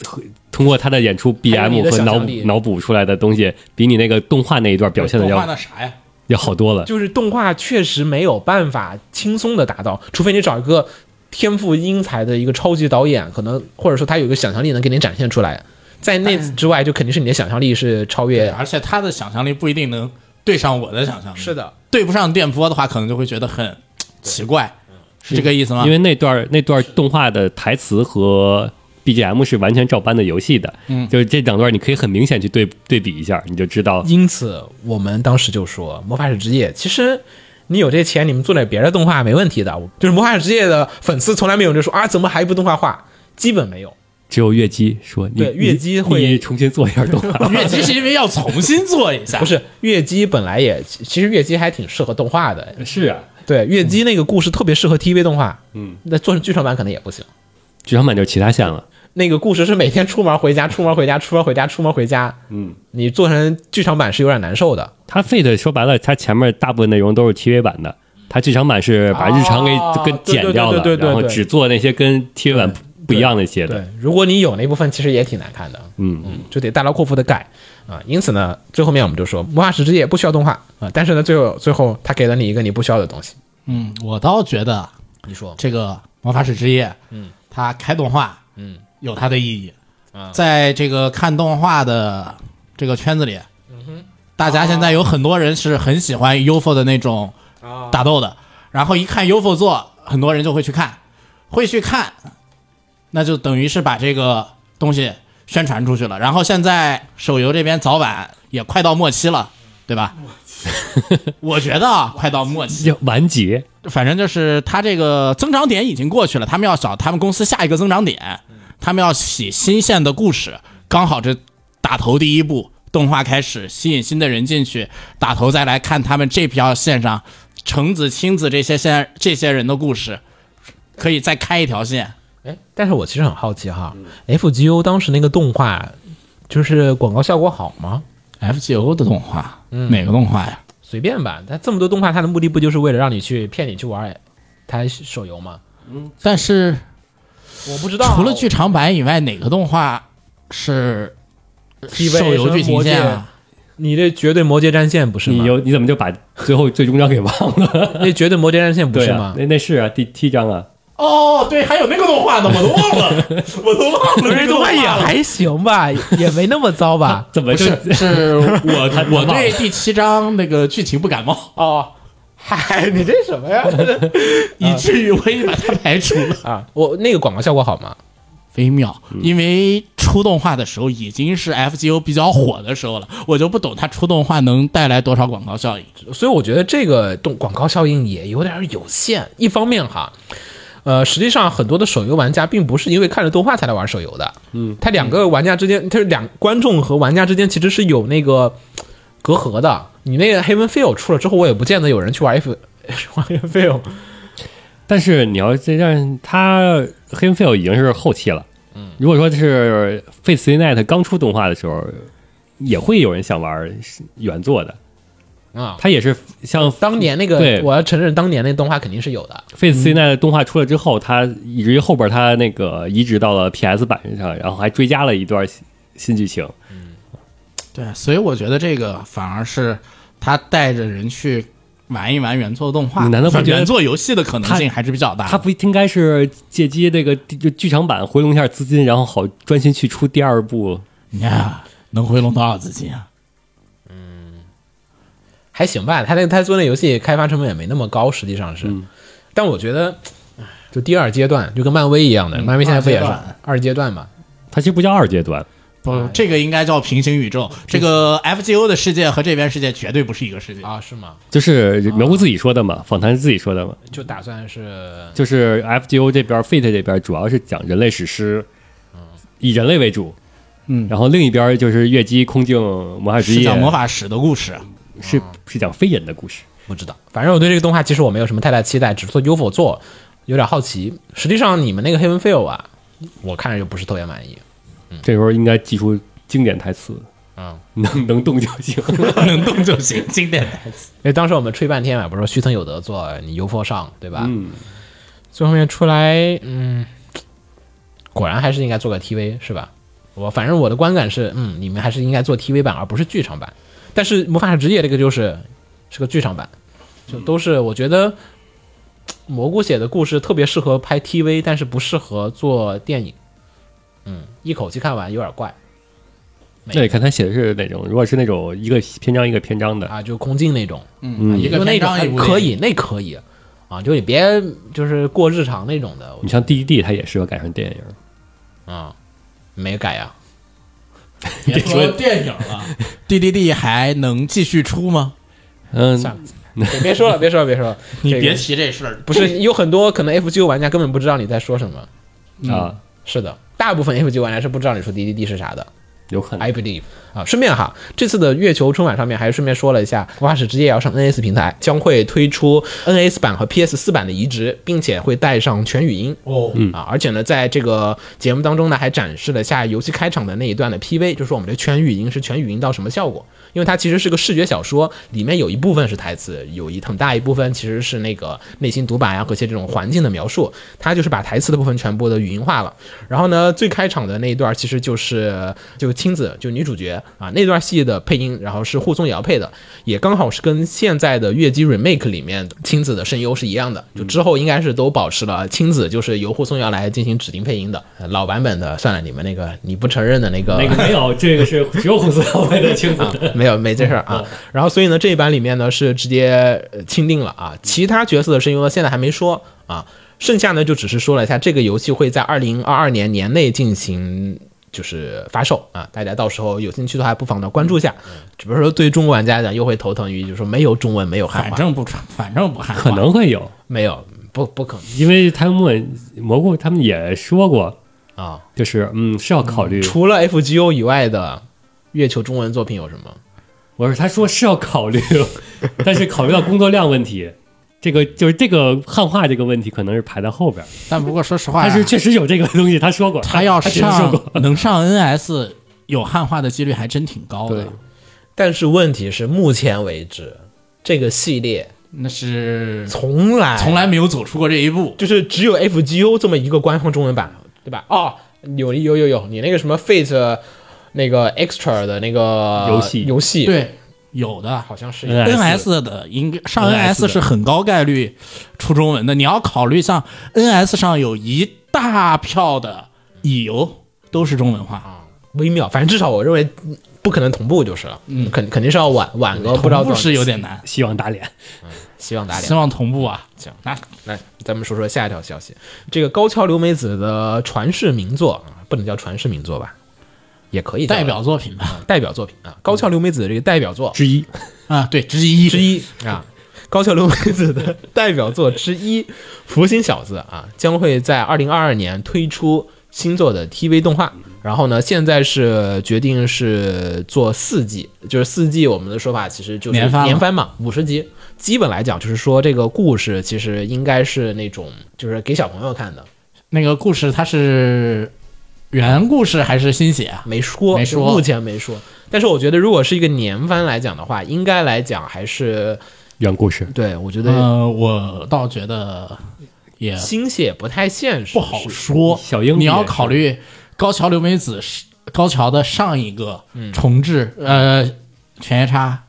S2: 和通过他的演出
S1: 还有你
S2: BM
S1: 的
S2: 和
S1: 想
S2: 脑
S1: 象
S2: 补
S1: 力
S2: 脑补出来的东西，比你那个动画那一段表现的
S4: 动画
S2: 要
S4: 那啥呀？
S2: 要好多了。
S1: 就是动画确实没有办法轻松的达到，除非你找一个天赋英才的一个超级导演，可能或者说他有一个想象力能给你展现出来。在那之外，就肯定是你的想象力是超越
S4: 而且他的想象力不一定能对上我的想象力。
S1: 是的，
S4: 对不上电波的话，可能就会觉得很奇怪，是这个意思
S1: 啊
S4: 吗？
S2: 因为那段儿那段儿动画的台词和 BGM 是完全照搬的游戏的，嗯，就是这两段你可以很明显去对对比一下，你就知道
S1: 因此，我们当时就说，《魔法使之夜》其实你有这钱，你们做点别的动画没问题的。我就是《魔法使之夜》的粉丝从来没有人说啊，怎么还一部动画化？基本没有。
S2: 只有月姬说你
S1: 对
S2: 你
S1: 月姬会
S2: 你重新做一下动 画，
S4: 月姬是因为要重新做一下，
S1: 不是月姬本来也，其其实月姬还挺适合动画的。
S2: 是啊，
S1: 对，月姬那个故事特别适合 TV 动画，嗯，那做成剧场版可能也不行。
S2: 剧场版就是其他线了。
S1: 那个故事是每天出门回家，出门回家，出门回家，出门回家。嗯，你做成剧场版是有点难受的。
S2: 它 Fate 说白了，它前面大部分内容都是 TV 版的，它剧场版是把日常给
S1: 哦
S2: 跟剪掉了，
S1: 对对对对对对
S2: 然后只做那些跟 TV 版不不一样那些的。
S1: 对，如果你有那部分，其实也挺难看的。
S2: 嗯
S1: 嗯，就得大刀阔斧的改啊。因此呢，最后面我们就说《魔法使之夜》不需要动画啊，但是呢，最后最后他给了你一个你不需要的东西。
S4: 嗯，我倒觉得
S1: 你说
S4: 这个《魔法使之夜》，哦嗯，它开动画，嗯，啊有它的意义。在这个看动画的这个圈子里，大家现在有很多人是很喜欢 UFO 的那种打斗的，然后一看 UFO 做，很多人就会去看，会去看，那就等于是把这个东西宣传出去了。然后现在手游这边早晚也快到末期了，对吧？ 我觉得啊，快到末期了
S2: 要完结，
S4: 反正就是他这个增长点已经过去了，他们要找他们公司下一个增长点，他们要写新线的故事，刚好这打头第一步，动画开始吸引新的人进去，打头再来看他们这条线上橙子、青子这些线这些人的故事，可以再开一条线。
S1: 哎，但是我其实很好奇哈、f 嗯 g o 当时那个动画，就是广告效果好吗？
S4: FGO 的动画，哪个动画呀？
S1: 随便吧，它这么多动画，它的目的不就是为了让你去骗你去玩它手游吗？
S4: 但是
S1: 我不知道啊，
S4: 除了剧场版以外，哪个动画是
S1: TV
S4: 手游剧情线
S1: 什么魔
S4: 啊？
S1: 你这绝对魔界战线不是
S2: 你
S1: 吗？
S2: 有你怎么就把最后最终章给忘了？
S1: 那绝对魔界战线不
S2: 对
S1: 是
S2: 啊
S1: 吗，？
S2: 那那是啊，第七章啊，。
S4: 哦，对，还有那个动画呢，我都忘了，我都忘
S1: 啊
S4: 了那个动画
S1: 也
S4: 了
S1: 还行吧，也没那么糟吧
S2: 怎么
S4: 不，
S2: 就是
S4: 是我
S2: 他他
S4: 我
S2: 忘了
S4: 对第七章那个剧情不感冒，
S1: 哦， 嗨，你这什么呀？
S4: 以至于我也把它排除了。
S1: 啊，我那个广告效果好吗？
S4: 微妙，因为出动画的时候已经是 FGO 比较火的时候了，我就不懂它出动画能带来多少广告效应。
S1: 所以我觉得这个动广告效应也有点有限。一方面哈，呃，实际上很多的手游玩家并不是因为看了动画才来玩手游的，嗯，他两个玩家之间，他是两观众和玩家之间其实是有那个隔阂的。你那个 Heaven Feel 出了之后，我也不见得有人 去玩 F 玩 Heaven Feel。
S2: 但是你要这让他 h e n f i e l 已经是后期了，嗯，如果说是 Fate Stay Night 刚出动画的时候，也会有人想玩原作的
S1: 啊
S2: 他也是像
S1: 当年那个
S2: 对，
S1: 我要承认，当年那动画肯定是有的。
S2: Fate Stay Night 的动画出了之后，他以至于后边他那个移植到了 PS 版上，然后还追加了一段新新剧情。
S4: 对，所以我觉得这个反而是它带着人去玩一玩原作动画，
S2: 你难道不
S4: 反
S2: 觉得
S4: 原作游戏的可能
S2: 它
S4: 性还是比较大的？
S2: 他不应该是借机这个就剧场版回笼一下资金，然后好专心去出第二部？
S4: 你看能回笼多少资金啊？嗯
S1: 还行吧，他那个他做那游戏开发成本也没那么高，实际上是。但我觉得，唉就第二阶段，就跟漫威一样的，漫威现在不也是
S4: 嗯二阶段
S1: 二阶段嘛？
S2: 它其实不叫二阶段，
S4: 不，嗯这个应该叫哎平行宇宙。这个 FGO 的世界和这边世界绝对不是一个世界。
S1: 啊，是吗？
S2: 就是蘑菇自己说的嘛，访谈自己说的嘛，
S1: 就打算是
S2: 就是 FGO 这边 Fate 这边主要是讲人类史诗，以人类为主。
S4: 嗯
S2: 然后另一边就是月姬、空镜、魔法之
S4: 是
S2: 夜，
S4: 讲魔法史的故 事，
S2: 是是讲非人的故事。
S1: 不知道。反正我对这个动画其实我没有什么太大期待，只是说 UFO 做有点好奇。实际上你们那个 Heaven Feel 啊，我看着就不是特别满意。
S2: 这时候应该记住经典台词，
S1: 嗯，
S2: 能 能动就行。
S4: 能动就行，经典台词。
S1: 因为当时我们吹半天嘛，不是说须藤有德做，你 UFO 上对吧？
S2: 嗯，
S1: 最后面出来，嗯，果然还是应该做个 TV 是吧？我反正我的观感是，嗯，你们还是应该做 TV 版而不是剧场版。但是《魔法使之夜》这个就是是个剧场版，就都是我觉得嘖蘑菇写的故事特别适合拍 TV，但是不适合做电影。嗯，一口气看完有点怪
S2: 那你看他写的是哪种？如果是那种一个篇章一个篇章的，
S1: 啊，就空镜那种，
S2: 嗯，
S4: 一个
S1: 就那
S4: 篇
S1: 种
S4: 章一部
S1: 可
S4: 电影
S1: 以，那可以啊，就你别就是过日常那种的，我
S2: 你像 D D D，它也适合改成电影。
S1: 啊，没改啊 呀、
S4: 别说电影了，D D D 还能继续出吗？
S2: 嗯，
S1: 算了，别说了，别说了，别说了，
S4: 你
S1: 这个
S4: 别提这事儿，
S1: 不是有很多可能 F G O 玩家根本不知道你在说什么。
S2: 啊，
S1: 是的，大部分 F G 玩家是不知道你说 D D D 是啥的。
S2: 有可能
S1: I。believe 啊，顺便哈，这次的月球春晚上面还顺便说了一下，《魔法使之夜》要上 NS 平台，将会推出 NS 版和 PS 四版的移植，并且会带上全语音哦，啊，而且呢，在这个节目当中呢，还展示了下游戏开场的那一段的 PV，就是我们的全语音是全语音到什么效果，因为它其实是个视觉小说，里面有一部分是台词，有一很大一部分其实是那个内心独白啊和一些这种环境的描述，它就是把台词的部分全部的语音化了。然后呢，最开场的那一段其实就是就亲子就女主角啊那段戏的配音，然后是护送啊瑶配的，也刚好是跟现在的月姬 remake 里面亲子的声优是一样的。就之后应该是都保持了亲子就是由护送瑶来进行指定配音的呃老版本的，算了，你们那个你不承认的那个
S2: 那个没有，这个是只有红色后卫的镜子。
S1: 没有没这事儿啊。然后所以呢，这一版里面呢是直接呃钦定了啊，其他角色的声优呢现在还没说啊，剩下呢就只是说了一下这个游戏会在二零二二年年内进行。就是发售啊，大家到时候有兴趣的话，不妨呢关注一下。只不过说对中国玩家来讲，又会头疼于就是说没有中文，没有汉
S4: 反
S1: 化，
S4: 正不传，反正不 看，
S2: 可能会有，
S1: 没有不不可
S2: 因为他们蘑菇他们也说过，
S1: 能啊。
S2: 就是嗯是要考虑，
S1: 除了 FGO 以外的月球中文作品有什么？
S2: 我是他说是要考虑，但是考虑到工作量问题， 这个就是这个汉化这个问题可能是排在后边儿，
S4: 但不过说实话
S2: 但
S4: 哎呀，
S2: 是确实有这个东西，他说过，
S4: 他要
S2: 他只是说
S4: 上
S2: 过，
S4: 能上 NS 有汉化的几率还真挺高的
S2: 对。
S1: 但是问题是，目前为止这个系列
S4: 那是
S1: 从来
S4: 从来没有走出过这一步。
S1: 就是只有 FGO 这么一个官方中文版，对吧？哦，有有有有，你那个什么 Fate 那个 Extra 的那个
S2: 游戏
S1: 游戏，，
S4: 对，有的
S1: 好像是
S2: NS
S4: NS 的应该上
S2: NS
S4: NS 是很高概率出中文的。你要考虑像 NS 上有一大票的乙游都是中文化，
S1: 微妙，反正至少我认为不可能同步就是了，嗯，肯肯定是要晚晚个不知道
S4: 同
S1: 多少
S4: 步是有点难。
S2: 希望打脸，
S1: 希望打脸
S4: 希。望同步啊，
S1: 行
S4: 那
S1: 来，咱们说说下一条消息，这个高桥留美子的传世名作啊，不能叫传世名作吧，也可以叫
S4: 代表作品吧。
S1: 代表作品啊，高桥留美子的这个代表作
S2: 之一
S4: 啊，对，之一
S1: 之一啊，高桥留美子的代表作之一《福星小子》啊，将会在二零二二年推出新作的 TV 动画。然后呢，现在是决定是做四季，就是四季，我们的说法其实就是
S4: 年番嘛
S1: 年番嘛，五十集。基本来讲，就是说这个故事其实应该是那种就是给小朋友看的，
S4: 那个故事，它是原故事还是新写啊？
S1: 没说，
S4: 没说
S1: 目前没说。但是我觉得，如果是一个年番来讲的话，应该来讲还是
S2: 原故事，
S1: 对我觉得
S4: 呃，我倒觉得也
S1: 新写不太现实，
S4: 不好说。
S2: 小樱
S4: 你
S2: 也
S4: 要
S2: 是
S4: 考虑高桥留美子是高桥的上一个重置，呃，犬夜叉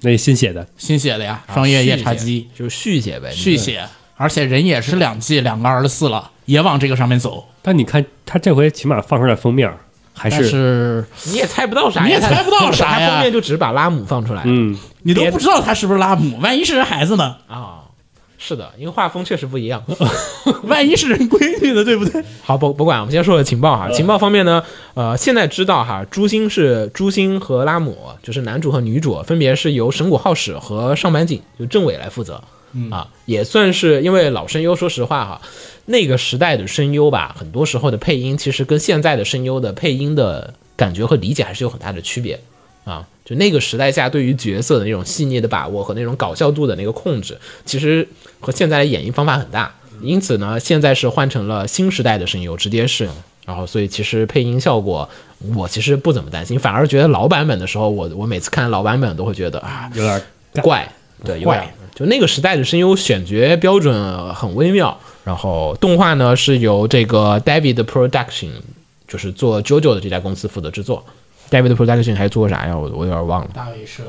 S2: 那新写的，
S4: 新写的呀，双叶夜叉姬
S1: 就是啊续写呗，
S4: 续写，而且人也是两季，两个二十四了，也往这个上面走，
S2: 但你看他这回起码放出来封面儿，还
S4: 但
S2: 是
S4: 是
S1: 你也猜不到啥呀，
S4: 你也猜 不到啥呀
S1: 他封面就只把拉姆放出来，
S2: 嗯，
S4: 你都不知道他是不是拉姆，万一是人孩子呢？
S1: 啊，是的，因为画风确实不一样。
S4: 万一是人闺女的，对不对？
S1: 好，不不管，我们先说说情报哈。情报方面呢，呃，现在知道哈，朱星是朱星和拉姆，就是男主和女主，分别是由神谷浩史和上坂井就政委来负责。啊，也算是因为老声优，说实话哈，那个时代的声优吧，很多时候的配音其实跟现在的声优的配音的感觉和理解还是有很大的区别啊。就那个时代下，对于角色的那种细腻的把握和那种搞笑度的那个控制，其实和现在的演绎方法很大。因此呢，现在是换成了新时代的声优，直接是，然后所以其实配音效果我其实不怎么担心，反而觉得老版本的时候，我我每次看老版本都会觉得啊
S2: 有点
S1: 怪，对，有点
S4: 怪
S1: 就那个时代的声优选角标准很微妙。然后动画呢是由这个 David Production，就是做 JoJo 的这家公司负责制作。David Production 还做过啥呀？我我有点忘了。
S4: 大卫社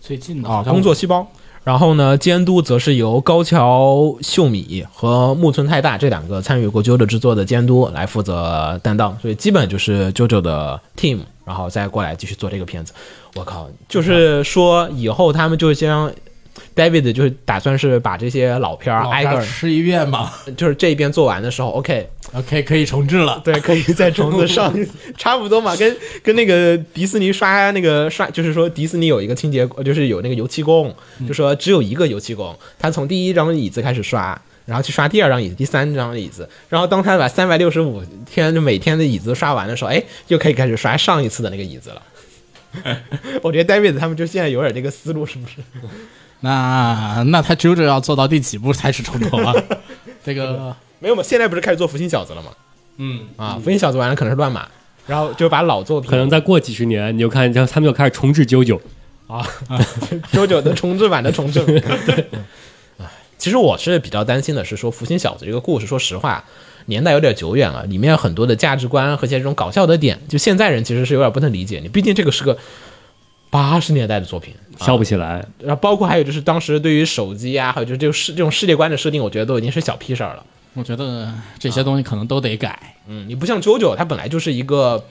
S4: 最近的
S1: 啊，工作细胞。然后呢，监督则是由高桥秀米和木村太大这两个参与过 JoJo 制作的监督来负责担当，所以基本就是 JoJo 的 team，然后再过来继续做这个片子。我靠，就是说以后他们就将 David 就是打算是把这些老片儿
S4: 老
S1: 挨个
S4: 片
S1: 儿
S4: 吃一遍嘛
S1: 就是这一边做完的时候，OK，
S4: ，OK 可以重置了。
S1: 对，可以再重子上，差不多嘛，跟跟那个迪士尼刷那个刷，就是说迪士尼有一个清洁，就是有那个油漆工，就说只有一个油漆工，他从第一张椅子开始刷。然后去刷第二张椅子、第三张椅子，然后当他把三百六十五天就每天的椅子刷完的时候，哎，就可以开始刷上一次的那个椅子了。 我觉得 David 他们就现在有点这个思路，是不是？
S4: 那那他 JoJo 要做到第几步才是重头 啊？这个
S1: 没有嘛，现在不是开始做福星小子了吗？
S4: 嗯
S1: 啊，福星小子完了可能是乱码，然后就把老作品
S2: 可能再过几十年，你就看，然后他们就开始重置九九，
S1: 啊，周九的重置版的重置。 对，其实我是比较担心的是说，《福星小子》这个故事，说实话，年代有点久远了，里面很多的价值观和一些这种搞笑的点，就现在人其实是有点不能理解。你毕竟这个是个八十年代的作品，
S4: 啊
S2: 烧不起来。
S1: 然后包括还有就是当时对于手机啊，还有就是这个世这种世界观的设定，我觉得都已经是小屁事儿了。
S4: 我觉得这些东西可能都得改，
S1: 嗯，你不像周九，它本来就是一个。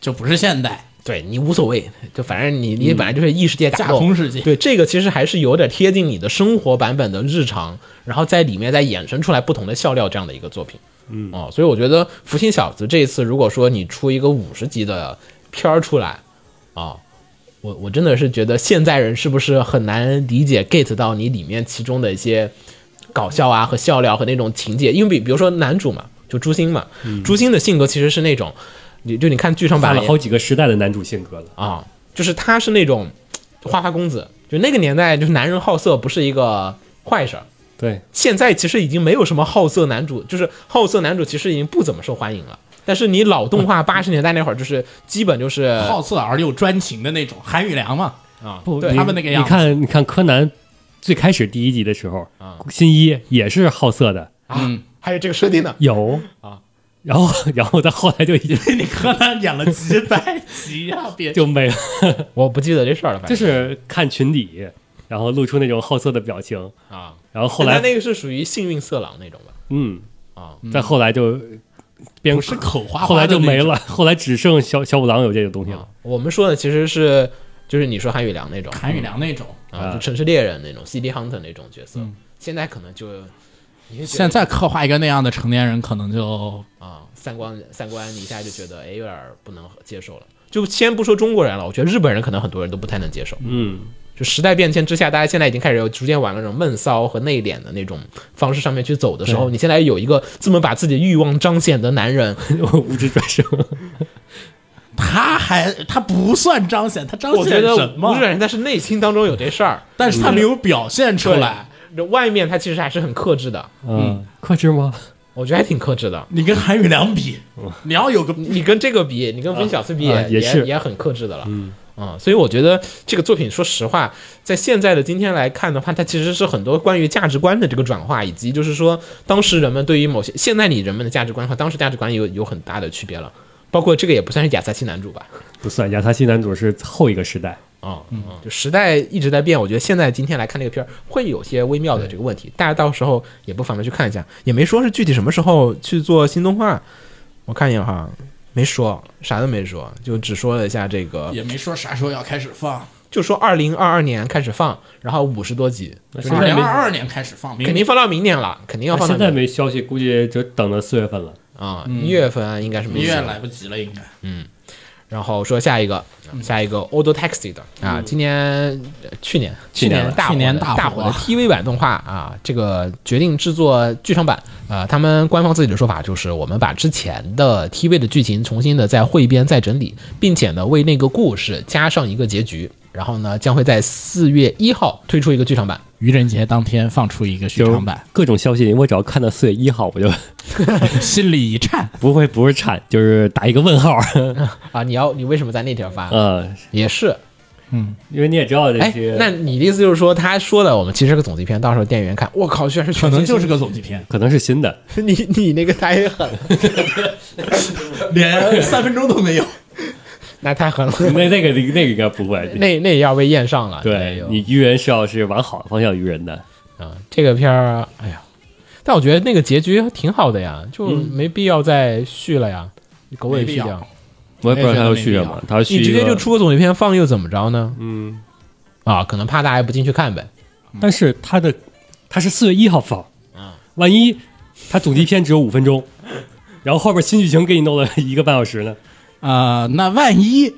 S4: 就不是现代
S1: 对你无所谓，就反正你你本来就是异世界打
S4: 架
S1: 斗，
S4: 空世界。
S1: 对，这个其实还是有点贴近你的生活版本的日常，然后在里面再衍生出来不同的笑料这样的一个作品。嗯，哦，所以我觉得《福星小子》这一次，如果说你出一个五十集的片儿出来，啊、我我真的是觉得现在人是不是很难理解 get 到你里面其中的一些搞笑啊和笑料和那种情节，因为比比如说男主嘛，就朱星嘛，朱星的性格其实是那种，你就你看剧场
S2: 换
S1: 版
S2: 了
S1: 也
S2: 好几个时代的男主性格了，
S1: 啊，就是他是那种花花公子，就那个年代就是男人好色不是一个坏事儿。
S2: 对，
S1: 现在其实已经没有什么好色男主，就是好色男主其实已经不怎么受欢迎了。但是你老动 画八十年代那会儿，就是基本就是
S4: 好色而又专情的那种，韩宇良嘛，
S1: 啊，
S2: 不，
S1: 对
S2: 你
S4: 他们那个样
S2: 你
S4: 子
S2: 看，你看柯南最开始第一集的时候，
S4: 啊
S2: 新一也是好色的，
S1: 啊，还有这个设定呢。
S2: 有啊，然后 然后他后来就已经
S4: 你柯南演了几百集呀、别
S2: 就没了，
S1: 我不记得这事儿了，反
S2: 就
S1: 正
S2: 是看群底，然后露出那种好色的表情，
S1: 啊，
S2: 然后后
S1: 但他
S2: 来
S1: 那个是属于幸运色狼那种吧？
S2: 嗯
S1: 啊，
S2: 再后来就变
S4: 不是口花花
S2: 后来
S4: 的
S2: 就
S4: 那
S2: 没
S4: 种
S2: 了，后来只剩小小五郎有这个东西了。
S1: 啊我们说的其实是就是你说韩宇良那种，
S4: 韩宇良那种。
S1: 啊，
S2: 啊
S1: 就城市猎人那种 CD Hunter 那种角色，现在可能就你会觉得
S4: 现在刻画一个那样的成年人，可能就
S1: 啊，三观三观你一下就觉得哎有点儿不能接受了。就先不说中国人了，我觉得日本人可能很多人都不太能接受。
S2: 嗯，
S1: 就时代变迁之下，大家现在已经开始有逐渐往那种闷骚和内敛的那种方式上面去走的时候，你现在有一个这么把自己欲望彰显的男人，
S2: 无知转生，
S4: 他还他不算彰显，他彰
S1: 我觉
S4: 显
S1: 得
S4: 什
S1: 不是
S4: 么？
S1: 人，但是内心当中有这事儿，
S4: 但是他没有表现出来。
S1: 对，外面他其实还是很克制的，
S2: 嗯，克制吗？
S1: 我觉得还挺克制的。
S4: 你跟韩宇良比，你要有个
S1: 你跟这个比，你跟温小四比也、
S2: 啊也是
S1: 也很克制的了。嗯所以我觉得这个作品，说实话，在现在的今天来看的话，它其实是很多关于价值观的这个转化，以及就是说当时人们对于某些现在你人们的价值观和当时价值观有有很大的区别了。包括这个也不算是亚萨西男主吧，
S2: 不算，亚萨西男主是后一个时代。
S4: 嗯
S1: 啊、就时代一直在变，我觉得现在今天来看这个片儿会有些微妙的这个问题，大家到时候也不妨的去看一下，也没说是具体什么时候去做呃新动画，我看一眼哈，没说，啥都没说，就只说了一下这个
S4: 也没说啥时候要开始放，
S1: 就说二零二二年开始放，然后五十多集，
S2: 现
S4: 二
S2: 在
S4: 零
S2: 没
S4: 二二年开始放，
S1: 肯定放到明年了，肯定要放到
S2: 现在
S4: 哎
S1: 明年
S2: 没消息，估计就等到四月份了。
S1: 啊，一月份应该是没
S4: 嗯一
S1: 戏
S4: 月
S1: 了
S4: 来不及了，应该。
S1: 然后说下一个，下一个 Odo Taxi 的啊，今年、呃去年
S2: 去年
S1: 年大火
S4: 去年
S1: 大
S4: 大
S1: 大
S4: 火
S1: 火的 TV 版动画啊，这个决定制作剧场版。呃，他们官方自己的说法就是，我们把之前的 TV 的剧情重新的再汇编、再整理，并且呢为那个故事加上一个结局。然后呢，将会在四月一号推出一个剧场版。
S4: 愚人节当天放出一个剧
S2: 就
S4: 场
S2: 是
S4: 版，
S2: 各种消息，我只要看到四月一号，我就
S4: 心里一颤。
S2: 不会不是颤，就是打一个问号。
S1: 啊，你要你为什么在那天发？
S2: 呃，
S1: 也是，
S2: 因为你也知道这
S1: 哎
S2: 些，，
S1: 那你的意思就是说，他说的我们其实是个总集篇，到时候店员看，我靠，居然是
S4: 可
S1: 全
S4: 能
S1: 新
S4: 就是个总集篇，
S2: 可能是新的。
S1: 你你那个太狠了，
S4: 连三分钟都没有。
S1: 那太狠了，
S2: 那那个那个应该不会。
S1: 那那也要被验上了。哎
S2: 对
S1: 呦
S2: 你愚人是要是往好的方向愚人的，
S1: 啊，这个片儿，哎呀，但我觉得那个结局挺好的呀，就没必要再续了呀，狗尾
S4: 嗯没
S1: 续
S4: 必要
S1: 掉，
S2: 我也不知道他要
S4: 我也觉得没
S2: 续
S4: 必
S2: 什
S4: 要
S2: 么，他要续
S1: 你直
S2: 一
S1: 接
S2: 个
S1: 就。出个总集篇放又怎么着呢？
S2: 嗯，
S1: 啊，可能怕大家不进去看呗。
S2: 但是他的他是四月一号放，万一他总集篇只有五分钟， 然后后边新剧情给你弄了一个半小时呢？
S4: 呃，那万一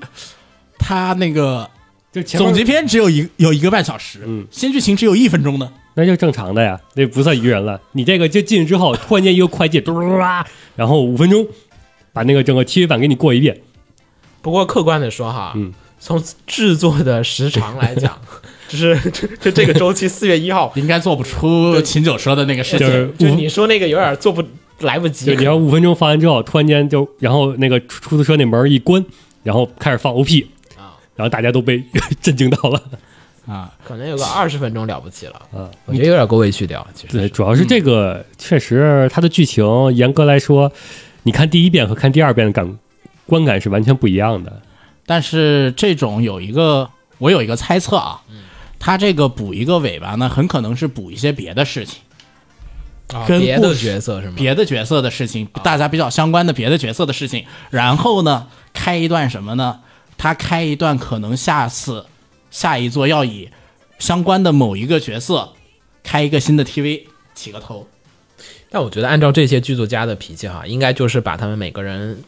S4: 他那个
S2: 就前面
S4: 总集篇只有一有一个半小时，
S2: 嗯
S4: 新剧情只有一分钟呢？
S2: 那就正常的呀，那不算愚人了。你这个就进去之后，突然间一个快进，嘟嘟嘟啦，然后五分钟把那个整个 TV 版给你过一遍，
S1: 不过客观的说哈，
S2: 嗯
S1: 从制作的时长来 讲，就是就就这个周期四月一号，
S4: 应该做不出秦九说的那个事
S2: 就
S4: 情。
S2: 是
S1: 就
S2: 五，
S1: 你说那个有点做不来不及
S2: 就，你要五分钟放完之后，突然间就，然后那个出出租车那门一关，然后开始放 OP
S1: 啊，
S2: 然后大家都被 震惊到了。
S4: 啊，
S1: 可能有个二十分钟了不起了。
S4: 嗯
S2: 啊，
S1: 我觉得有点狗尾续貂，其实
S2: 对，主要是这个确实它的剧情，严格来说，你看第一遍和看第二遍的感观感是完全不一样的。
S4: 但是这种有一个，我有一个猜测啊，他这个补一个尾巴呢，很可能是补一些别的事情，
S1: 啊
S4: 跟
S1: 别
S4: 故
S1: 的
S4: 事
S1: 角色是吗？
S4: 别的角色的事情，大家比较相关的别的角色的事情，然后呢，开一段什么呢？他开一段可能下次下一座要以相关的某一个角色开一个新的 TV 起个头，
S1: 但我觉得按照这些剧作家的脾气哈，应该就是把他们每个人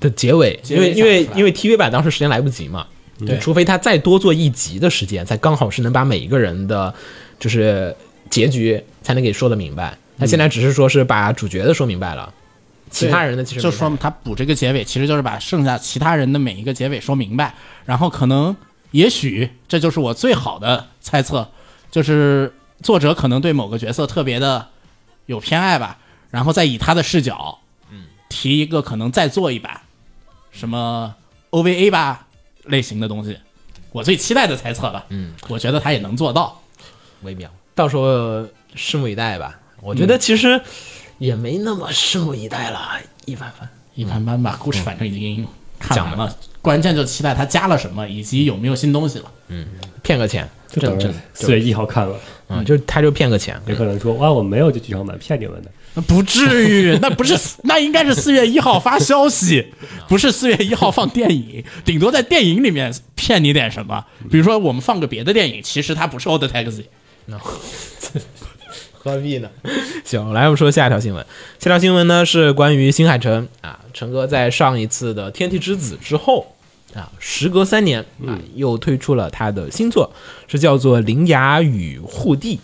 S1: 的结尾，
S4: 结
S1: 因为
S4: 尾
S1: 因为
S4: 想出来
S1: 因为 TV 版当时时间来不及嘛，
S4: 对
S1: 除非他再多做一集的时间，才刚好是能把每一个人的，就是结局才能给说的明白。他现在只是说是把主角的说明白了，其他人的其实
S4: 就
S1: 没
S4: 说
S1: 明
S4: 他补这个结尾，其实就是把剩下其他人的每一个结尾说明白，然后可能也许这就是我最好的猜测，就是作者可能对某个角色特别的有偏爱吧，然后再以他的视角，嗯，提一个可能再做一版什么 OVA 吧类型的东西，我最期待的猜测吧，嗯，我觉得他也能做到，
S1: 白微妙，嗯到时候拭目以待吧。我觉得其实也没那么拭目以待了，一般般。
S4: 一般般吧，故事反正已经看
S1: 讲
S4: 完嗯了，关键就期待他加了什么，以及有没有新东西了。
S1: 骗个钱，正正
S2: 四月一号看了，
S1: 啊，就他就骗个钱，
S2: 有可能说哇，我没有这剧场版，骗你们的。
S4: 不至于，那不 是，那应该是四月一号发消息，不是四月一号放电 影，顶多在电影里面骗你点什么，比如说我们放个别的电影，其实它不是《Old Taxi》，
S1: 何必呢？ 行，来我们说下一条新闻。下条新闻呢是关于新海诚啊，诚哥在上一次的《天气之子》之后啊，时隔三年啊，又推出了他的新作，是叫做《铃芽与护地》。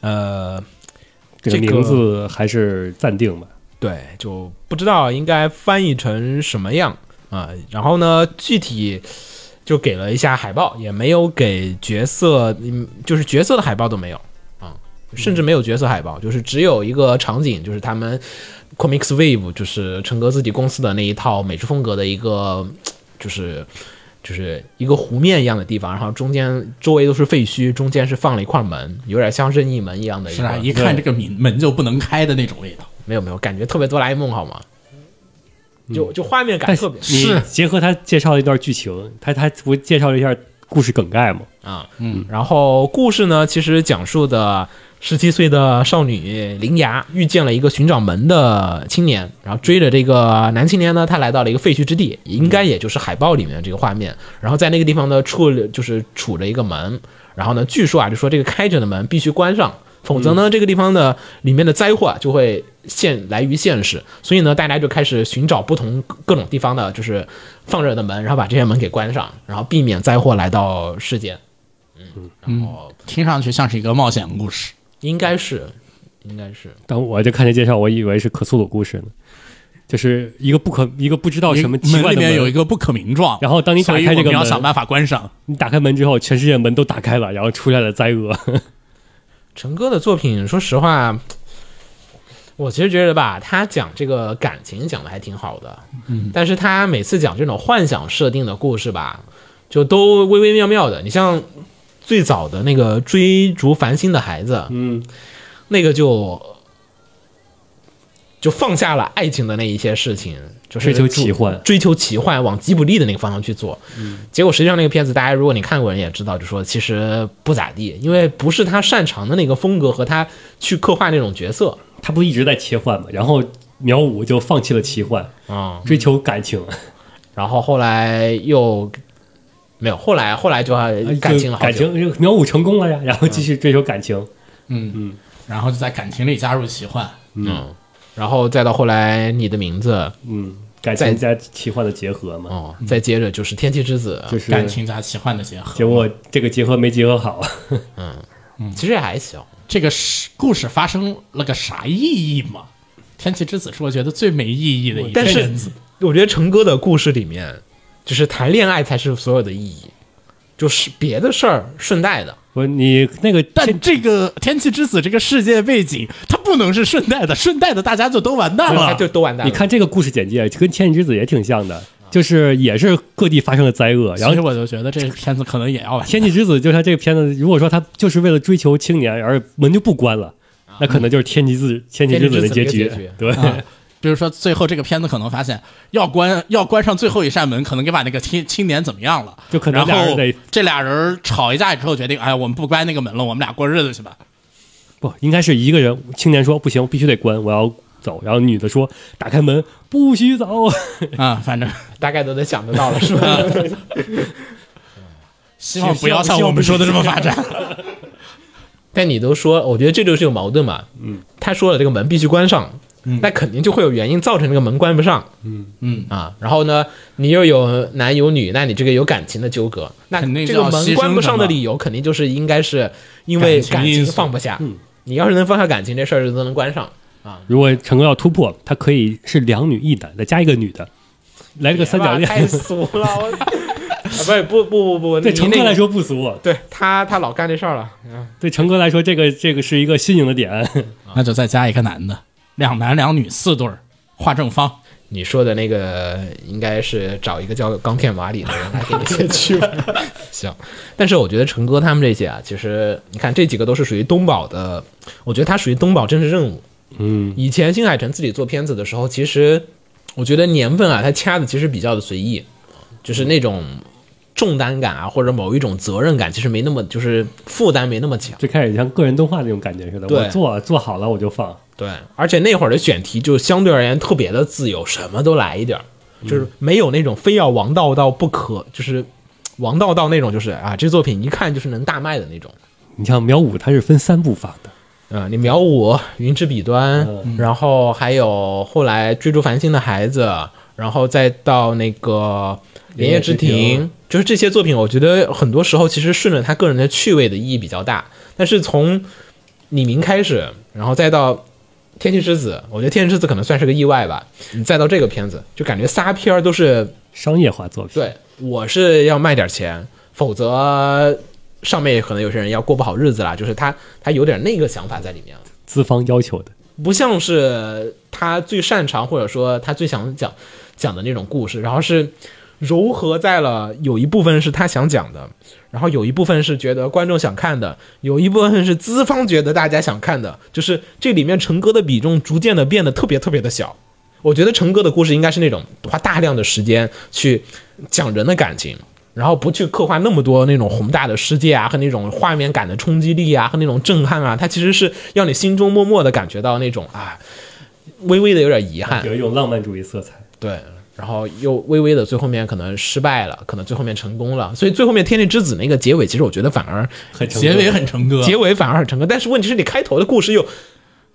S1: 呃，
S2: 这个
S1: 这个
S2: 名字还是暂定吧。
S1: 对，就不知道应该翻译成什么样啊、然后呢，具体就给了一下海报，也没有给角色，嗯，就是角色的海报都没有啊、甚至没有角色海报，就是只有一个场景，就是他们 Comics Wave，就是陈哥自己公司的那一套美术风格的一个，就是。就是一个湖面一样的地方，然后中间周围都是废墟，中间是放了一块门，有点像任意门一样的一
S4: 是
S1: 个。
S4: 啊，一看这个门门就不能开的那种味道。
S1: 没有没有，感觉特别哆啦 A 梦好吗？就就画面感
S2: 但
S1: 哎特别
S2: 你结合他介绍了一段剧情，他他不介绍了一下故事梗概吗？
S1: 啊，嗯，然后故事呢，其实讲述的十七岁的少女铃芽遇见了一个寻找门的青年，然后追着这个男青年呢，他来到了一个废墟之地，应该也就是海报里面这个画面。然后在那个地方呢，处就是杵着一个门，然后呢，据说啊，就说这个开着的门必须关上，否则呢，这个地方的里面的灾祸啊就会现来于现实。所以呢，大家就开始寻找不同各种地方的，就是放着的门，然后把这些门给关上，然后避免灾祸来到世间。嗯，然后
S4: 听上去像是一个冒险故事。
S1: 应该是，应该是
S2: 但我就看这介绍，我以为是可苏鲁故事呢，就是一个不可一个不知
S4: 哦
S2: 道什么奇怪
S4: 门
S2: 的
S4: 里面有
S2: 门。
S4: 一个不可名状，
S2: 然后当你打
S4: 所以
S2: 开这
S4: 我
S2: 个
S4: 们要
S2: 门，
S4: 想办法关上。
S2: 你打开门之后，全世界门都打开了，然后出来了灾厄。
S1: 陈哥的作品，说实话，我其实觉得吧，他讲这个感情讲的还挺好的，嗯，但是他每次讲这种幻想设定的故事吧，就都微微妙妙的。你像最早的那个追逐繁星的孩子，
S2: 嗯，
S1: 那个就就放下了爱情的那一些事情，就是
S2: 追求奇幻
S1: 追求奇幻，往吉卜力的那个方向去做。结果实际上那个片子，大家如果你看过人也知道，就说其实不咋地，因为不是他擅长的那个风格和他去刻画那种角色
S2: 他不一直在切换嘛？然后苗五就放弃了奇幻，
S1: 啊、
S2: 追求感情，
S1: 然后后来又没有，后来后来就感情了好
S2: 哎就感
S1: 久。
S2: 情苗五成功了呀，然后继续追求感情。
S4: 然后就在感情里加入奇幻，
S1: 嗯，然后再到后来你的名字
S2: 嗯，感
S1: 在
S2: 情加奇幻的结合嘛，
S1: 哦，再接着就是天气之子，
S2: 嗯
S1: 哦
S2: 就是
S4: 感情加奇幻的结合。
S2: 结果这个结合没结合好，
S1: 其实也还行。
S4: 这个是故事发生了个啥意义吗？天气之子是我觉得最没意义的一个
S1: 但是
S4: 片子，
S1: 我觉得成哥的故事里面，就是谈恋爱才是所有的意义，就是别的事儿顺带的。
S2: 我你那个
S4: 但这个天气之子这个世界背景，它不能是顺带的，顺带的大家就都完
S2: 啊
S4: 蛋
S1: 大家啊
S4: 了。
S1: 就都完蛋了。
S2: 你看这个故事简介，跟《千与之子》也挺像的，就是也是各地发生了灾厄，然
S4: 所以
S2: 后。
S4: 我就觉得这个片子可能也要完
S2: 《天气之子》就是他这个片子，如果说他就是为了追求青年而门就不关了，
S1: 啊
S2: 那可能就是《天气之天气之子》的结局
S1: 天嗯气之子的结局。
S2: 对，
S4: 比如说最后这个片子可能发现要关要关上最后一扇门，可能给把那个青青年怎么样了，
S2: 就可能俩
S4: 然
S2: 人
S4: 后
S2: 得
S4: 这俩人吵一架之后决定，哎，我们不关那个门了，我们俩过日子 去吧。
S2: 不应该是一个人。青年说不行，必须得关，我要走。然后女的说打开门，不许走。
S4: 啊、反正
S1: 大概都能想得到了，是吧？
S4: 希望不要像我们说的这么发展。
S1: 但你都说，我觉得这就是有矛盾嘛。嗯，他说了这个门必须关上，那肯定就会有原因造成这个门关不上。嗯
S4: 嗯
S1: 啊，然后呢，你又有男有女，那你这个有感情的纠葛，那
S4: 肯定
S1: 这
S4: 是
S1: 个
S4: 要牺牲
S1: 门
S4: 的
S1: 关不上的
S4: 嘛
S1: 理由肯定就是应该是因为
S4: 感情
S1: 感情
S4: 因素
S1: 放不下。嗯，你要是能放下感情，这事儿就都能关上。
S2: 如果成功要突破，他可以是两女一男，再加一个女的，来这个三角
S1: 哎呀太
S2: 恋。
S1: 俗了，我 啊不不不不不，
S2: 对
S1: 你
S2: 成
S1: 那
S2: 哥
S1: 个
S2: 来说不俗，
S1: 对他他老干这事儿了。
S2: 对成哥来说，这个这个是一个新颖的点。
S4: 那就再加一个男的，两男两女四对儿，画正方。
S1: 你说的那个应该是找一个叫钢片马里的人来给你写剧本。行，但是我觉得陈哥他们这些啊，其实你看这几个都是属于东宝的，我觉得它属于东宝政治任务。
S2: 嗯，
S1: 以前新海诚自己做片子的时候，其实我觉得年份啊，他掐的其实比较的随意，就是那种重担感啊，或者某一种责任感，其实没那么就是负担没那么强。
S2: 最开始像个人动画那种感觉似的，
S1: 对
S2: 我做做好了我就放。
S1: 对，而且那会儿的选题就相对而言特别的自由，什么都来一点儿，就是没有那种非要王道到不可，就是王道到那种就是啊，这作品一看就是能大卖的那种。
S2: 你像苗五，它是分三部放的，
S1: 嗯、你秒我云之彼端，然后还有后来追逐繁星的孩子，然后再到那个莲叶之
S2: 莲叶之
S1: 庭，就是这些作品，我觉得很多时候其实顺着他个人的趣味的意义比较大。但是从李明开始，然后再到天气之子，我觉得天气之子可能算是个意外吧。再到这个片子，就感觉仨片儿都是
S2: 商业化作品。
S1: 对，我是要卖点钱，否则上面可能有些人要过不好日子啦。就是他他有点那个想法在里面了。
S2: 资方要求的。
S1: 不像是他最擅长或者说他最想讲讲的那种故事，然后是糅合在了有一部分是他想讲的，然后有一部分是觉得观众想看的，有一部分是资方觉得大家想看的，就是这里面陈哥的比重逐渐的变得特别特别的小。我觉得陈哥的故事应该是那种花大量的时间去讲人的感情，然后不去刻画那么多那种宏大的世界啊，和那种画面感的冲击力啊，和那种震撼啊，它其实是让你心中默默的感觉到那种啊，微微的有点遗憾，
S2: 有一种浪漫主义色彩。
S1: 对，然后又微微的最后面可能失败了，可能最后面成功了，所以最后面《天地之子》那个结尾，其实我觉得反而
S2: 很成
S4: 结
S2: 功
S4: 尾很成歌，
S1: 结尾反而很成功，但是问题是你开头的故事又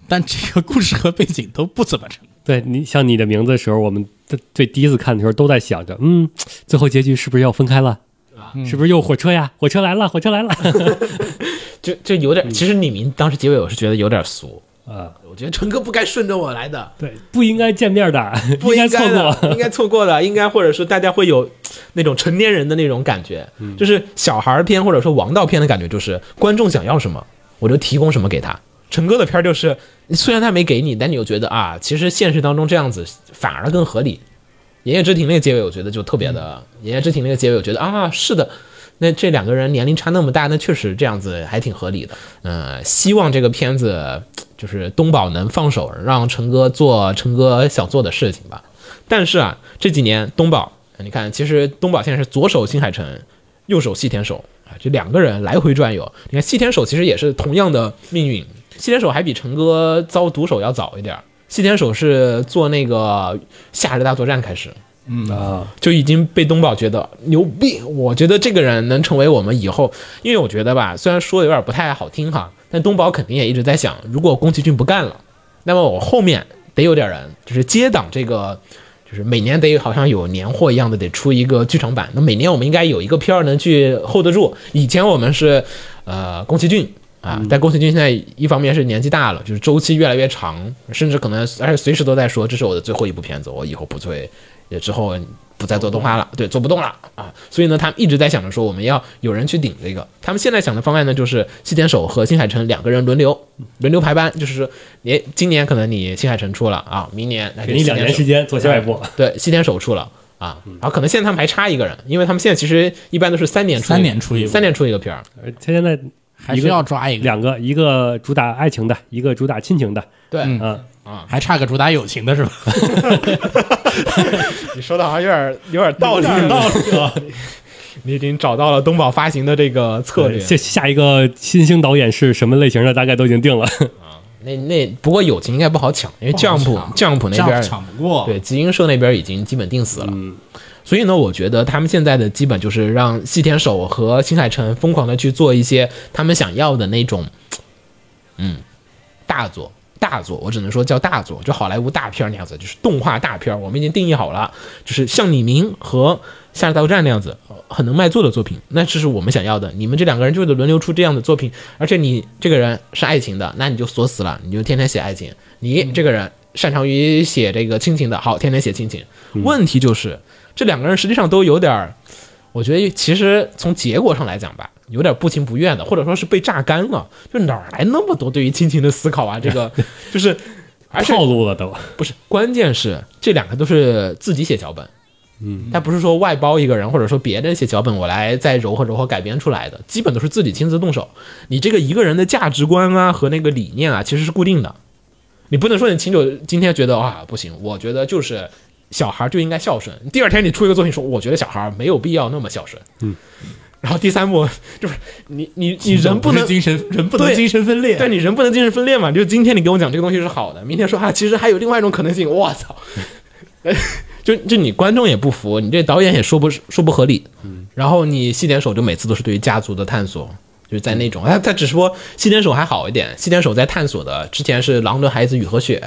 S4: 但这个故事和背景都不怎么成。
S2: 对你像你的名字的时候，我们最最第一次看的时候都在想着，嗯，最后结局是不是要分开了？是不是又火车呀？火车来了，火车来了。
S1: 就就有点，其实李明当时结尾我是觉得有点俗，
S2: 啊，
S1: 我觉得陈哥不该顺着我来的，
S2: 对，不应该见面的，
S1: 不
S2: 应该
S1: 应
S2: 错
S1: 的
S2: 过。
S1: 应该错过了，应该或者说大家会有那种成年人的那种感觉，
S2: 嗯
S1: 就是小孩儿片或者说王道片的感觉，就是观众想要什么，我就提供什么给他。陈哥的片儿就是，虽然他没给你，但你又觉得啊，其实现实当中这样子反而更合理。《言叶之庭》那个结尾，我觉得就特别的，
S2: 嗯
S1: 言叶之庭》那个结尾，我觉得啊，是的，那这两个人年龄差那么大，那确实这样子还挺合理的。嗯，希望这个片子就是东宝能放手，让陈哥做陈哥想做的事情吧。但是啊，这几年东宝，呃你看，其实东宝现在是左手新海诚，右手细田守啊，这两个人来回转悠。你看细田守其实也是同样的命运，细田守还比陈哥遭毒手要早一点儿。细田守是做那个《夏日大作战》开始，就已经被东宝觉得牛逼。我觉得这个人能成为我们以后，因为我觉得吧，虽然说的有点不太好听哈，但东宝肯定也一直在想，如果宫崎骏不干了，那么我后面得有点人，就是接档这个。就是每年得好像有年货一样的，得出一个剧场版。那每年我们应该有一个片儿能去 hold 得住。以前我们是，呃，宫崎骏啊，但宫崎骏现在一方面是年纪大了，就是周期越来越长，甚至可能而且随时都在说这是我的最后一部片子，我以后不会也之后不再做动画了，对，做不动了啊。所以呢，他们一直在想着说我们要有人去顶这个。他们现在想的方案呢，就是西田守和新海诚两个人轮流轮流排班，就是说，哎，今年可能你新海诚出了啊，明年那
S2: 给你
S1: 西
S2: 两
S1: 田
S2: 年
S1: 守
S2: 时间做下一步。
S1: 对，西田守出了啊，然后可能现在他们还差一个人，因为他们现在其实一般都是三年出一个
S4: 三年出一部
S1: 三年出一个片儿，
S2: 而他现在
S4: 还是要抓一个，
S2: 两个，一个主打爱情的，一个主打亲情的。
S1: 对，
S4: 嗯
S2: 嗯，
S4: 还差个主打友情的是吧？
S1: 你说的好像有点有点道理，道理了。 你已经找到了东宝发行的这个策略
S2: 对，下下一个新兴导演是什么类型的，大概都已经定了。
S1: 那那不过友情应该不好抢，因为
S4: 不好
S1: Jump
S4: 抢
S1: Jump
S4: 这
S1: 那边
S4: 样抢不过。
S1: 对，集英社那边已经基本定死了。所以呢，我觉得他们现在的基本就是让细田守和新海诚疯狂的去做一些他们想要的那种，嗯，大作。大作，我只能说叫大作，就好莱坞大片儿那样子，就是动画大片儿。我们已经定义好了，就是像李明和《夏日大作战》那样子，呃很能卖座的作品，那这是我们想要的。你们这两个人就得轮流出这样的作品，而且你这个人是爱情的，那你就锁死了，你就天天写爱情。你这个人擅长于写这个亲情的，好，天天写亲情。问题就是这两个人实际上都有点儿，我觉得其实从结果上来讲吧，有点不情不愿的，或者说是被榨干了，就哪儿来那么多对于亲情的思考啊？这个就是， 而且
S2: 套路了都，
S1: 不是，关键是这两个都是自己写脚本，嗯，他不是说外包一个人，或者说别人写脚本，我来再揉合揉合改编出来的，基本都是自己亲自动手。你这个一个人的价值观啊和那个理念啊，其实是固定的。你不能说你秦九今天觉得啊不行，我觉得就是小孩就应该孝顺，第二天你出一个作品说，我觉得小孩没有必要那么孝顺，嗯。然后第三步就是你你你人不能
S4: 精神人不能
S1: 对
S4: 精神分裂，
S1: 对你人不能精神分裂嘛，就是今天你跟我讲这个东西是好的，明天说啊，其实还有另外一种可能性，我操！就就你观众也不服，你这导演也说不说不合理，然后你细点手就每次都是对于家族的探索，就是在那种哎他他只是说细点手还好一点，细点手在探索的之前是狼的孩子雨和雪，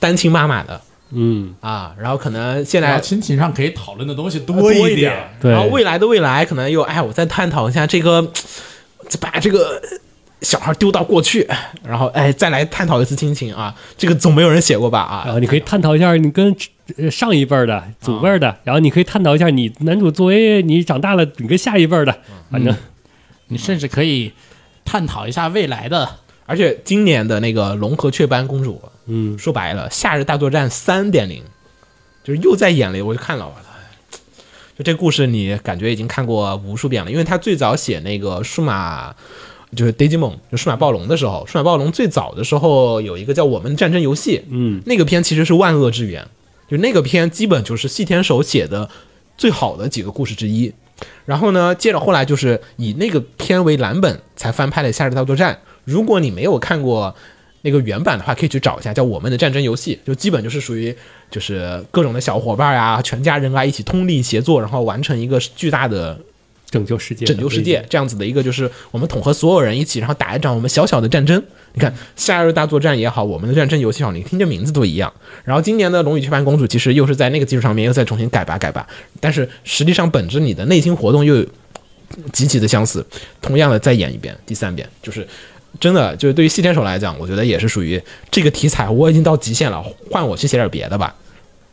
S1: 单亲妈妈的，嗯啊，然后可能现
S4: 然
S1: 在
S4: 后亲情上可以讨论的东西多一点。
S2: 对
S1: 然后未来的未来，可能又哎，我再探讨一下这个，把这个小孩丢到过去，然后哎，再来探讨一次亲情啊，这个总没有人写过吧
S2: 然
S1: 啊？
S2: 后你可以探讨一下你跟呃上一辈儿的、祖辈儿的，然后你可以探讨一下你男主作为你长大了，你跟下一辈儿的，
S1: 嗯
S2: 反正
S4: 你甚至可以探讨一下未来的。
S1: 而且今年的那个龙和雀斑公主，
S2: 嗯，
S1: 说白了，《夏日大作战》三点零，就是又在演了，我就看了，我操！就这故事，你感觉已经看过无数遍了，因为他最早写那个数码，就是 Digimon，就数码暴龙的时候，数码暴龙最早的时候有一个叫《我们的战争游戏》，嗯，那个片其实是万恶之源，就那个片基本就是细田守写的最好的几个故事之一。然后呢，接着后来就是以那个片为蓝本才翻拍了《夏日大作战》。如果你没有看过那个原版的话，可以去找一下，叫《我们的战争游戏》，就基本就是属于就是各种的小伙伴啊，全家人啊一起通力协作，然后完成一个巨大的
S2: 拯救世界，嗯
S1: 拯救世界这样子的一个，就是我们统合所有人一起，然后打一场我们小小的战争。你看《夏日大作战》也好，我们的战争游戏也好，你听这名字都一样。然后今年的《龙与地盘公主》其实又是在那个基础上面又再重新改吧改吧，但是实际上本质你的内心活动又极其的相似。同样的再演一遍，第三遍就是真的就是对于细田守来讲，我觉得也是属于这个题材我已经到极限了，换我去写点别的吧。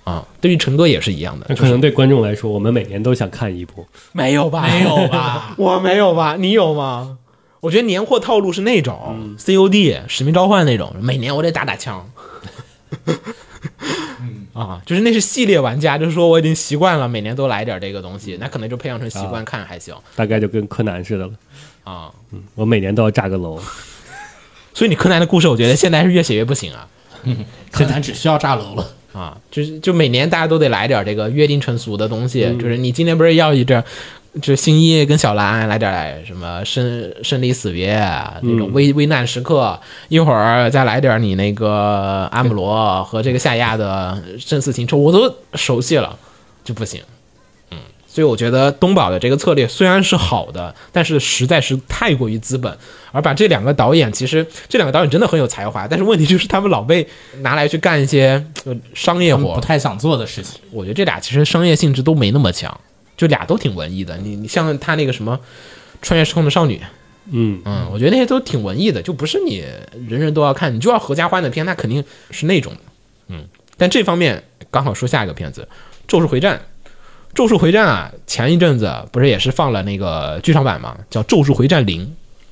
S1: 啊，对于陈哥也是一样的，
S2: 那可能对观众来说，我们每年都想看一部，
S1: 没有吧？
S4: 没有吧？
S1: 我没有吧？你有吗？我觉得年货套路是那种
S4: 嗯
S1: COD 使命召唤那种，每年我得打打枪。
S4: 嗯
S1: 啊，就是那是系列玩家，就是说我已经习惯了，每年都来点这个东西，那可能就培养成习惯看还行
S2: 大概就跟柯南似的了。
S1: 啊。
S2: 嗯我每年都要炸个楼，
S1: 所以你柯南的故事，我觉得现在是越写越不行啊
S4: 柯南只需要炸楼 了，
S1: 啊，就是就每年大家都得来点这个约定成俗的东
S4: 嗯
S1: 西，就是你今年不是要一阵。就新一跟小兰来点儿什么生生离死别啊那种危危难时刻，一会儿再来点儿你那个阿姆罗和这个夏亚的生死情仇，我都熟悉了，就不行。嗯所以我觉得东宝的这个策略虽然是好的，但是实在是太过于资本，而把这两个导演，其实这两个导演真的很有才华，但是问题就是他们老被拿来去干一些呃商业
S4: 他们
S1: 活
S4: 不，太想做的事情。
S1: 我觉得这俩其实商业性质都没那么强，就俩都挺文艺的。你你像他那个什么《穿越时空的少女》，
S2: 嗯，
S1: 嗯，我觉得那些都挺文艺的，就不是你人人都要看，你就要合家欢的片，那肯定是那种的。嗯，但这方面刚好说下一个片子《咒术回战》。《咒术回战》啊，前一阵子不是也是放了那个剧场版嘛，叫《咒术回战零》。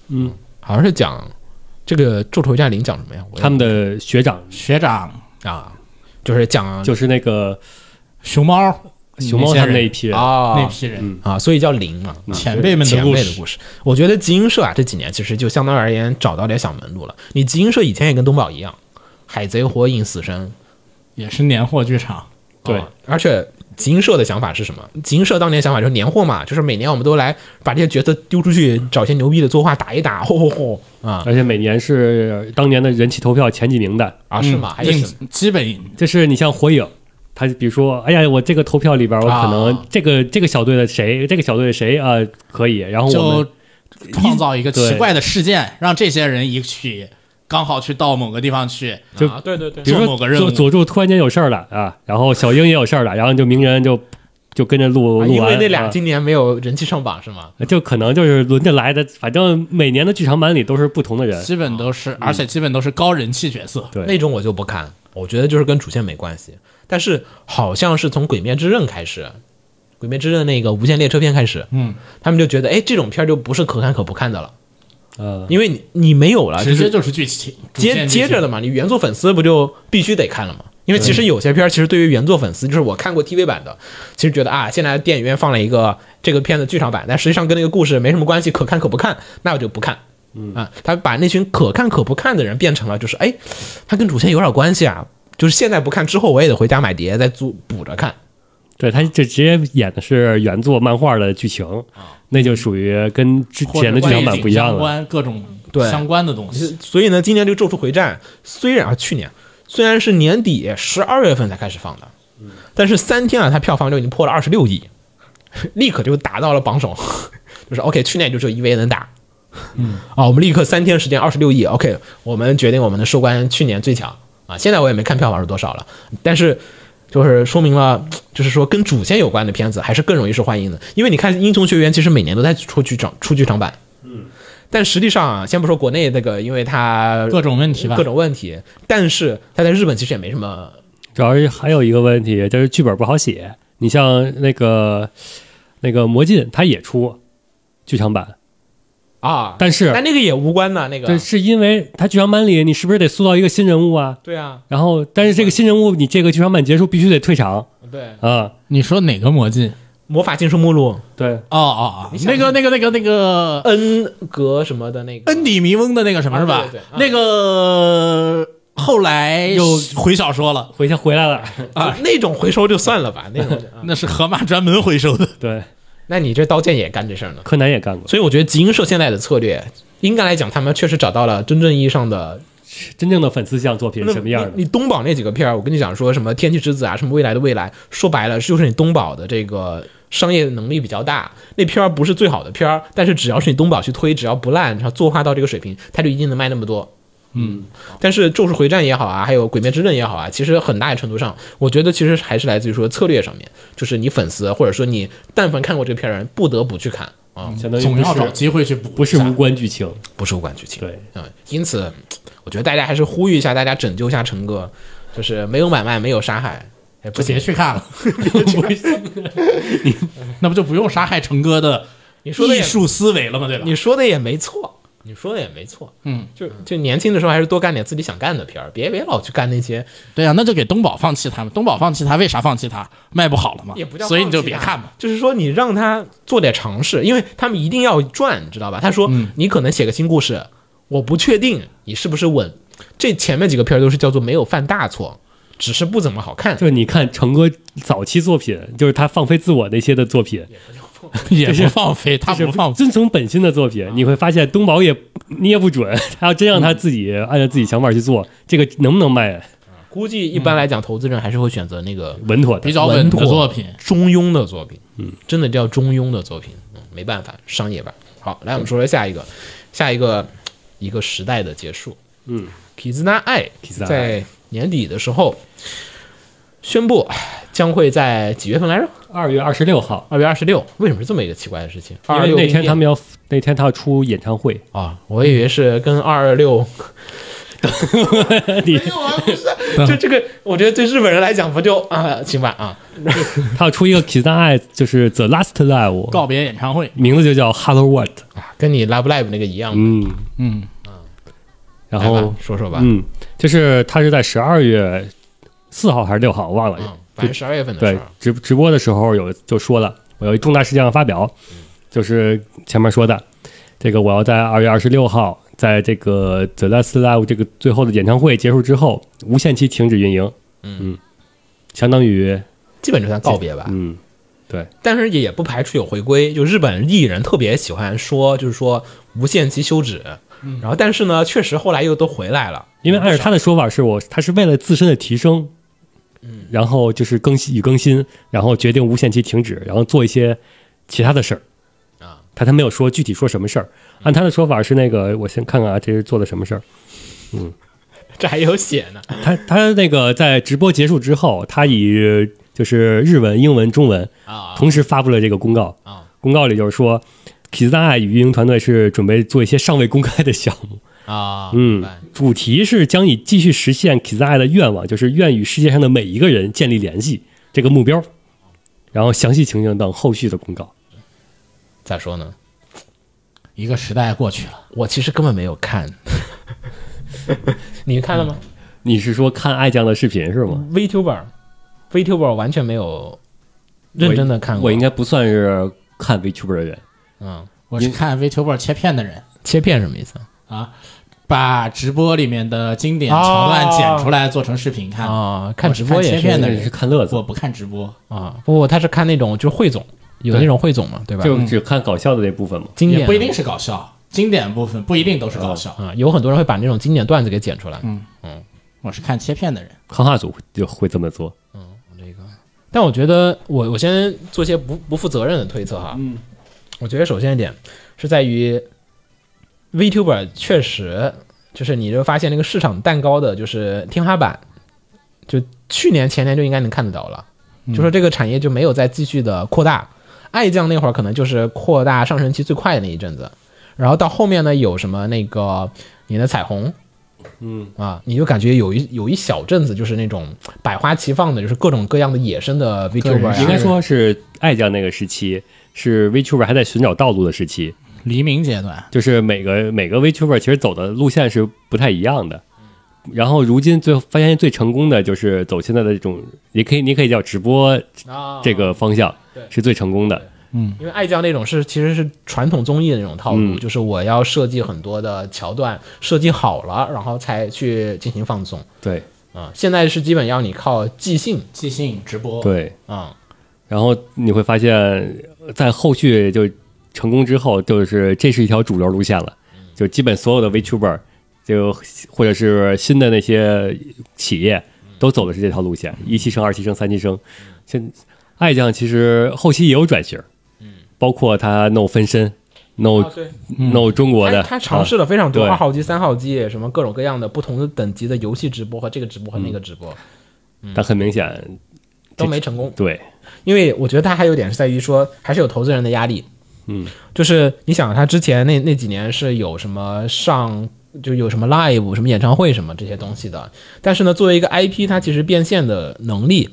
S2: 嗯，
S1: 好像是讲这个《咒术回战零》讲什么呀？我也
S2: 他们的学长
S4: 学长
S1: 啊，就是讲
S2: 就是那个
S4: 熊猫
S2: 熊猫他们那一批人，
S1: 啊
S4: 那批人，
S1: 啊，所以叫零嘛，
S2: 嗯
S4: 前辈们的
S1: 前
S4: 故
S1: 辈的
S4: 事，
S1: 故事。我觉得集英社啊，这几年其实就相当而言找到点小门路了。你集英社以前也跟东宝一样，海贼、火影、死神，
S4: 也是年货剧场。
S2: 对
S1: 啊而且集英社的想法是什么？集英社当年想法就是年货嘛，就是每年我们都来把这些角色丢出去，找一些牛逼的作画打一打，吼吼吼啊
S2: 而且每年是当年的人气投票前几名的，
S1: 啊，是吗？还是
S4: 嗯硬
S1: 什么
S4: 基本硬
S2: 就是你像火影。他比如说，哎呀，我这个投票里边，我可
S1: 啊
S2: 能这个、这个小队的谁，这个小队的谁啊、可以。然后我
S4: 就
S2: 们
S4: 创造一个
S2: 对
S4: 奇怪的事件，让这些人一起刚好去到某个地方去，
S2: 就
S1: 啊，对对对
S2: 比如
S4: 做
S2: 说
S4: 某个任务
S2: 佐佐助突然间有事儿了啊，然后小樱也有事儿了，然后就鸣人就就跟着录
S1: 啊
S2: 录
S1: 因
S2: 完，
S1: 为那俩
S2: 啊
S1: 今年没有人气上榜是吗？
S2: 就可能就是轮着来的，反正每年的剧场版里都是不同的人，
S4: 基本都
S1: 嗯
S4: 是，而且基本都是高人气角色。
S2: 对
S1: 那种我就不看，我觉得就是跟主线没关系。但是好像是从《鬼灭之刃》开始，《鬼灭之刃》那个无限列车篇开始，
S4: 嗯，
S1: 他们就觉得，哎，这种片儿就不是可看可不看的了，
S2: 呃，
S1: 因为你你没有了，就
S4: 直接
S1: 是
S4: 就是剧情，
S1: 接接着
S4: 的
S1: 的嘛，你原作粉丝不就必须得看了吗？因为其实有些片儿，其实对于原作粉丝，就是我看过 TV 版的，其实觉得啊，现在电影院放了一个这个片子剧场版，但实际上跟那个故事没什么关系，可看可不看，那我就不看。嗯啊，他把那群可看可不看的人变成了就是，哎，他跟主线有点关系啊，就是现在不看，之后我也得回家买碟再租补着看。
S2: 对他这直接演的是原作漫画的剧情，那就属于跟之前的剧场版不一样
S4: 相
S2: 了。
S4: 关各种
S1: 对
S4: 相关的东西，
S1: 所以呢，今年这个《咒术回战》虽然啊去年虽然是年底十二月份才开始放的，但是三天啊，它票房就已经破了二十六亿， 立刻就达到了榜首。 就是 OK，去年就只有 EVA 能打，嗯啊，我们立刻三天时间二十六亿，OK，我们决定我们的收官去年最强啊。现在我也没看票房是多少了，但是。就是说明了，就是说跟主线有关的片子还是更容易受欢迎的，因为你看《英雄学院》其实每年都在出剧场出剧场版，但实际上啊，先不说国内那个，因为它
S4: 各种问题吧
S1: 各。种问题，但是它在日本其实也没什么
S2: 主要是还有一个问题就是剧本不好写，你像那个那个魔镜，他也出剧场版，
S1: 啊。
S2: 但是
S1: 但那个也无关呐，那个
S2: 对，是因为他剧场版里你是不是得塑造一个新人物啊？
S1: 对啊，
S2: 然后，但是这个新人物你这个剧场版结束必须得退场
S1: 对
S2: 啊、
S4: 你说哪个魔镜？
S1: 魔法禁书目录
S2: 对，
S4: 哦哦哦，那个那个那个那个
S1: 恩格什么的那个
S4: 恩底迷翁的那个什么是吧？
S1: 呃啊对对对啊
S4: 那个后来又回小说 了，
S2: 回下回来了，
S1: 啊，那种回收就算了吧，那种
S4: 那是河马专门回收的。
S2: 对，
S1: 那你这刀剑也干这事儿呢？
S2: 柯南也干过。
S1: 所以我觉得集英社现在的策略，应该来讲，他们确实找到了真正意义上的
S2: 真正的粉丝向作品是什么样
S1: 你
S2: 的？
S1: 你东宝那几个片儿，我跟你讲说什么《天气之子》啊，什么《未来的未来》，说白了就是你东宝的这个商业能力比较大。那片儿不是最好的片儿，但是只要是你东宝去推，只要不烂，然后作画到这个水平，它就一定能卖那么多。嗯，但是《咒术回战》也好啊，还有《鬼灭之刃》也好啊，其实很大程度上，我觉得其实还是来自于说策略上面，就是你粉丝或者说你但凡看过这个片儿的人，不得不去看啊，
S2: 相当于
S4: 总
S2: 不
S4: 要找
S2: 是
S4: 机会去补
S2: 不
S4: 一
S2: 是
S4: 下
S2: 无关剧情，
S1: 不是无关剧情。
S2: 对，
S1: 嗯，因此，我觉得大家还是呼吁一下大家，拯救一下陈哥，就是没有买卖，没有杀害，哎，不
S4: 就别
S1: 行，
S4: 去看了，
S2: 不是
S4: 那不就不用杀害成哥的
S1: 你说的
S4: 艺
S1: 也，
S4: 术啊思维了吗？对吧？
S1: 你说的也没错，你说的也没错，
S4: 嗯，
S1: 就就年轻的时候还是多干点自己想干的片儿，别别老去干那些
S4: 对啊呀、那就给东宝放弃他们。东宝放弃他，为啥放弃他？卖不好了嘛，
S1: 也不叫，啊
S4: 所以你就别看嘛。。
S1: 就是说，你让他做点尝试，因为他们一定要赚，你知道吧？他说，
S4: 嗯
S1: 你可能写个新故事，我不确定你是不是稳。这前面几个片儿都是叫做没有犯大错，只是不怎么好看。
S2: 就是你看成哥早期作品，就是他放飞自我那些的作品，
S4: 也不放飞，他
S2: 就是
S4: 不放飞。
S2: 哦遵从本心的作品，你会发现东宝也捏不准，他要真让他自己按照自己想法去做，这个能不能卖
S1: 估计一般来讲，投资人还是会选择那个
S2: 稳妥的？
S4: 比较稳
S1: 稳
S4: 的
S1: 妥
S4: 作品，
S1: 中庸的作品，嗯，真的叫中庸的作品，嗯，没办法，商业版。好，来我们说说下一个，下一个一个时代的结束，
S2: 嗯
S1: ，Kizuna 爱
S2: Kizuna
S1: 在年底的时候宣布将会在几月份来着？
S2: 二月二十六号，
S1: 二月二十六，为什么是这么一个奇怪的事情？
S2: 因
S1: 二
S2: 为
S1: 六
S2: 那天他们要那天他要出演唱会，
S1: 啊，我以为是跟二二六，
S2: 你
S1: 就这个，我觉得对日本人来讲不就啊，行吧啊，
S2: 他要出一个 Kiss 大爱，就是 The Last Live，
S4: 告别演唱会。
S2: 名字就叫 Hello World，
S1: 啊跟你 Love Live 那个一样，
S2: 嗯，
S4: 嗯，
S2: 然
S1: 来
S2: 后
S1: 吧说说吧，
S2: 嗯，就是他是在十二月四号还是六号，我忘了，
S1: 嗯，反正十二月份的
S2: 对
S1: 事儿，
S2: 直直播的时候有就说了，我有一重大事件要发表，
S1: 嗯
S2: 就是前面说的，这个我要在二月二十六号，在这个 The Last Live 这个最后的演唱会结束之后，无限期停止运营，嗯，相当于
S1: 基本就算告别吧，
S2: 嗯，
S1: 但是也不排除有回归。就日本艺人特别喜欢说，就是说无限期休止。然后，但是呢，确实后来又都回来了。嗯
S2: 因为按照他的说法是我他是为了自身的提升。
S1: 嗯
S2: 然后就是更新与更新，然后决定无限期停止，然后做一些其他的事儿。
S1: 啊，嗯
S2: 他他没有说具体说什么事儿。按他的说法是那个，我先看看啊，这是做的什么事儿。
S1: 这还有写呢。
S2: 他他那个在直播结束之后，他以就是日文、英文、中文
S1: 啊
S2: 同时发布了这个公告
S1: 啊。
S2: 公告里就是说，Kiza 与运营团队是准备做一些尚未公开的项目。
S1: 啊，明
S2: 嗯
S1: 白，
S2: 主题是将以继续实现 Kiza 的愿望，就是愿与世界上的每一个人建立联系这个目标。然后详细情形等后续的公告。
S1: 咋说呢？
S4: 一个时代过去了，
S1: 我其实根本没有 看，你看了吗
S2: 你是说看爱酱的视频是吗？
S1: ？VTuber，VTuber 完全没有认真的看过。
S2: 我应该不算是看 VTuber 的人。
S1: 嗯，
S4: 我是看 VTuber 切片的人，
S1: 切片什么意思啊？
S4: 把直播里面的经典桥
S1: 哦
S4: 段剪出来做成视频看。
S1: 啊，看直播
S4: 我是
S1: 也
S4: 看
S1: 是
S4: 切片的
S2: 那你是看乐子
S4: 我，不看直播，
S1: 啊，不过他是看那种就是汇总，有那种汇总嘛，对吧？
S2: 就只看搞笑的那部分嘛。
S1: 经典
S4: 也不一定是搞笑，经典部分不一定都是搞笑。
S1: 啊，有很多人会把那种经典段子给剪出来。
S4: 我是看切片的人，
S2: 康哈组就会这么做。
S1: 但我觉得我，我先做些不不负责任的推测哈。嗯，我觉得首先一点是在于，VTuber 确实就是你就发现那个市场蛋糕的就是天花板，就去年前年就应该能看得到了，
S2: 嗯
S1: 就说这个产业就没有再继续的扩大。爱将那会儿可能就是扩大上升期最快的那一阵子，然后到后面呢有什么那个你的彩虹，
S2: 嗯
S1: 啊，你就感觉有一有一小阵子就是那种百花齐放的，就是各种各样的野生的 VTuber 啊哎呀、
S2: 应该说是爱酱那个时期，是 VTuber 还在寻找道路的时期，
S4: 黎明阶段，
S2: 就是每个每个 VTuber 其实走的路线是不太一样的。然后如今最发现最成功的就是走现在的这种，也可以你可以叫直播
S1: 啊，
S2: 这个方向
S1: 对
S2: 是最成功的。
S1: 因为爱将那种是其实是传统综艺的那种套路，
S2: 嗯
S1: 就是我要设计很多的桥段，设计好了，然后才去进行放纵
S2: 对
S1: 啊。现在是基本要你靠即兴
S4: 即兴直播，
S2: 对，
S1: 啊，
S2: 然后你会发现，呃在后续就成功之后，就是这是一条主流路线了，
S1: 嗯
S2: 就基本所有的 VTuber 就或者是新的那些企业都走的是这条路线，
S1: 嗯
S2: 一期生、二期生、三期生。现爱酱其实后期也有转型，嗯，包括他弄分身，弄
S1: 啊对，
S2: 弄中国的，啊
S1: 他他尝试了非常多，
S2: 对
S1: 二号机、三号机，什么各种各样的不同的等级的游戏直播和这个直播和那个直播
S2: 啊，但很明显，
S1: 都没成功。
S2: 对，
S1: 因为我觉得他还有点是在于说，还是有投资人的压力。
S2: 嗯，
S1: 就是你想他之前那那几年是有什么上就有什么 live 什么演唱会什么这些东西的，但是呢，作为一个 IP，它其实变现的能力。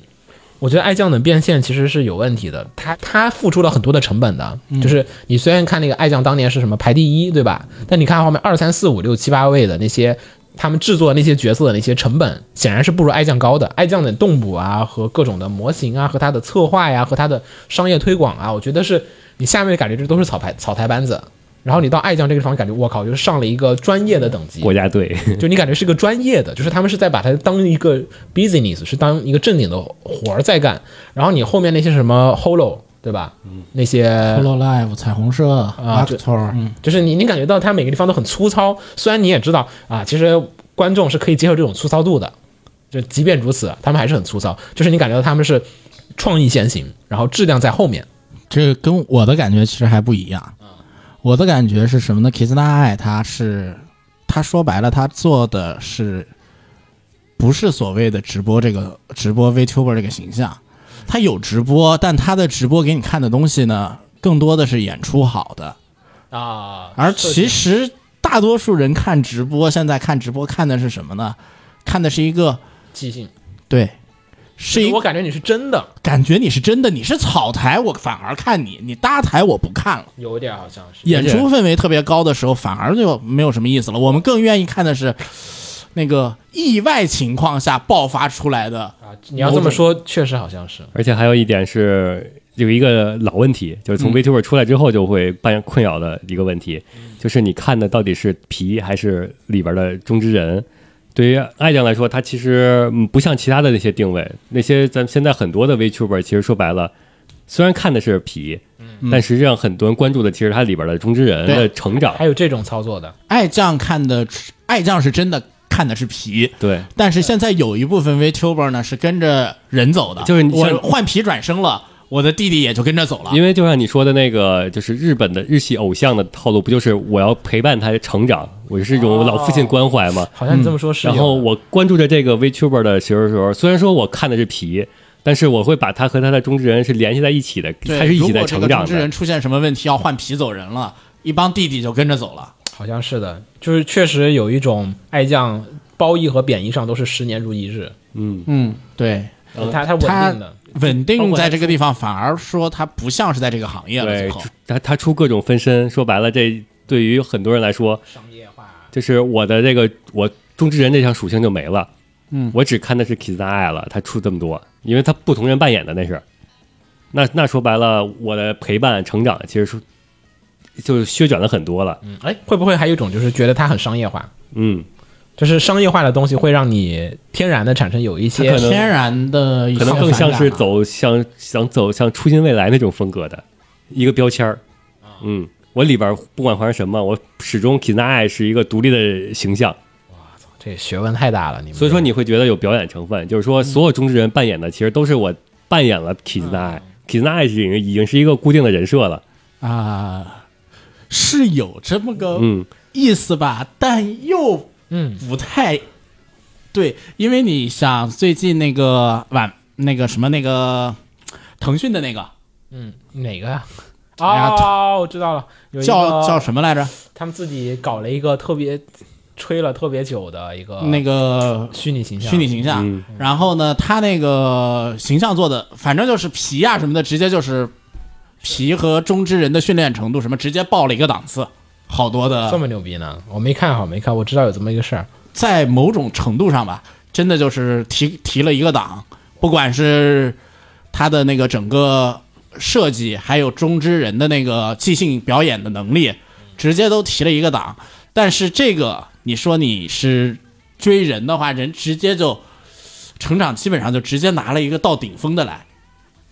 S1: 我觉得爱酱的变现其实是有问题的，他他付出了很多的成本的，就是你虽然看那个爱酱当年是什么排第一，对吧？但你看后面二三四五六七八位的那些他们制作那些角色的那些成本，显然是不如爱酱高的。爱酱的动捕啊，和各种的模型啊，和它的策划呀、和它的商业推广啊，我觉得是你下面感觉这都是草台草台班子。然后你到爱酱这个地方，感觉我靠，就是上了一个专业的等级，
S2: 国家队，
S1: 就你感觉是个专业的，就是他们是在把它当一个 business，是当一个正经的活儿在干。然后你后面那些什么 Holo，对吧？那些
S4: Hello Live、彩虹社、
S1: 啊
S4: a c t o r 嗯，
S1: 就是你你感觉到它每个地方都很粗糙，虽然你也知道啊，其实观众是可以接受这种粗糙度的，就即便如此，他们还是很粗糙。就是你感觉到他们是创意先行，然后质量在后面。
S4: 这个跟我的感觉其实还不一样。我的感觉是什么呢？Kizuna 爱他是，他说白了，他做的是不是所谓的直播这个直播 VTuber 这个形象？他有直播，但他的直播给你看的东西呢，更多的是演出好的。
S1: 啊
S4: 而其实大多数人看直播，现在看直播看的是什么呢？看的是一个
S1: 即兴，
S4: 对，是一
S1: 我感觉你是真的
S4: 感觉你是真的，你是草台，我反而看你；你搭台我不看了。
S1: 有点好像是
S4: 演出氛围特别高的时候，反而就没有什么意思了。我们更愿意看的是那个意外情况下爆发出来的
S1: 啊，你要这么说，确实好像是。
S2: 而且还有一点是有一个老问题，就
S1: 嗯
S2: 是从 VTuber 出来之后就会伴困扰的一个问题，就是你看的到底是皮还是里边的中之人？对于爱酱来说，它其实嗯不像其他的那些定位，那些咱们现在很多的 VTuber 其实说白了，虽然看的是皮，
S1: 嗯
S2: 但实际上很多人关注的其实它里边的中之人的
S4: 对
S2: 成长
S1: 还。有这种操作的，
S4: 爱将看的，爱将是真的看的是皮。
S2: 对，
S4: 但是现在有一部分 VTuber 呢是跟着人走的，
S2: 就是你
S4: 我
S2: 像
S4: 换皮转生了，我的弟弟也就跟着走了。
S2: 因为就像你说的那个，就是日本的日系偶像的套路，不就是我要陪伴他成长，我是一
S1: 哦
S2: 种老父亲关怀吗？
S1: 好像你这么说是有
S2: 然
S1: 的。
S2: 后我关注着这个 VTuber 的时候时候，虽然说我看的是皮，但是我会把他和他的中之人是联系在一起的，
S4: 对，
S2: 他是一起在
S4: 如
S2: 成
S4: 果这个
S2: 长
S4: 中之
S2: 的
S4: 人。出现什么问题，要换皮走人了，一帮弟弟就跟着走了。
S1: 好像是的，就是确实有一种爱将褒义和贬义上都是十年如一日，
S2: 嗯，
S4: 嗯，对，
S1: 他他稳
S4: 他
S1: 定的。
S4: 稳定在这个地方，反而说他不像是在这个行业了。
S2: 对
S4: 最后，，
S2: 他他出各种分身，说白了，这对于很多人来说，
S1: 商业化，
S2: 就是我的这个我中之人这项属性就没了。嗯，我只看的是 Kiss 爱了，他出这么多，因为他不同人扮演的那是。那那说白了，我的陪伴成长其实是就是削减了很多了。
S1: 嗯，哎，会不会还有一种就是觉得它很商业化？
S2: 嗯，
S1: 就是商业化的东西会让你天然的产生有一些
S2: 可能
S4: 天然的一
S2: 可
S4: 些
S2: 能更像
S4: 反
S2: 是
S4: 感啊
S2: 走向想走向初心未来那种风格的一个标签儿。嗯，我里边儿不管发生什么，我始终 Kina 爱是一个独立的形象，
S1: 这学问太大了，你们
S2: 所以说你会觉得有表演成分，就是说所有中之人扮演的其实都是我扮演了 Kina 爱。Kina 爱是已经已经是一个固定的人设了，
S4: 啊，是有这么个
S2: 嗯，
S4: 意思吧，但又嗯不太对，因为你想最近那个晚那个什么那个腾讯的那个
S1: 哪个呀？
S4: 哎呀
S1: 哦，我知道了，有一个
S4: 叫叫什么来着？
S1: 他们自己搞了一个特别吹了特别久的一个
S4: 那个
S1: 虚拟形象，
S4: 虚拟形象。
S2: 嗯
S4: 然后呢，他那个形象做的，反正就是皮啊什么的，直接就是皮和中之人的训练程度什么，直接爆了一个档次。好多
S1: 这
S4: 的，
S1: 么牛逼呢？我没看好，没看，我知道有这么一个事儿。
S4: 在某种程度上吧，真的就是提提了一个档，不管是他的那个整个设计，还有中之人的那个即兴表演的能力，直接都提了一个档。但是这个，你说你是追人的话，人直接就成长，基本上就直接拿了一个到顶峰的来。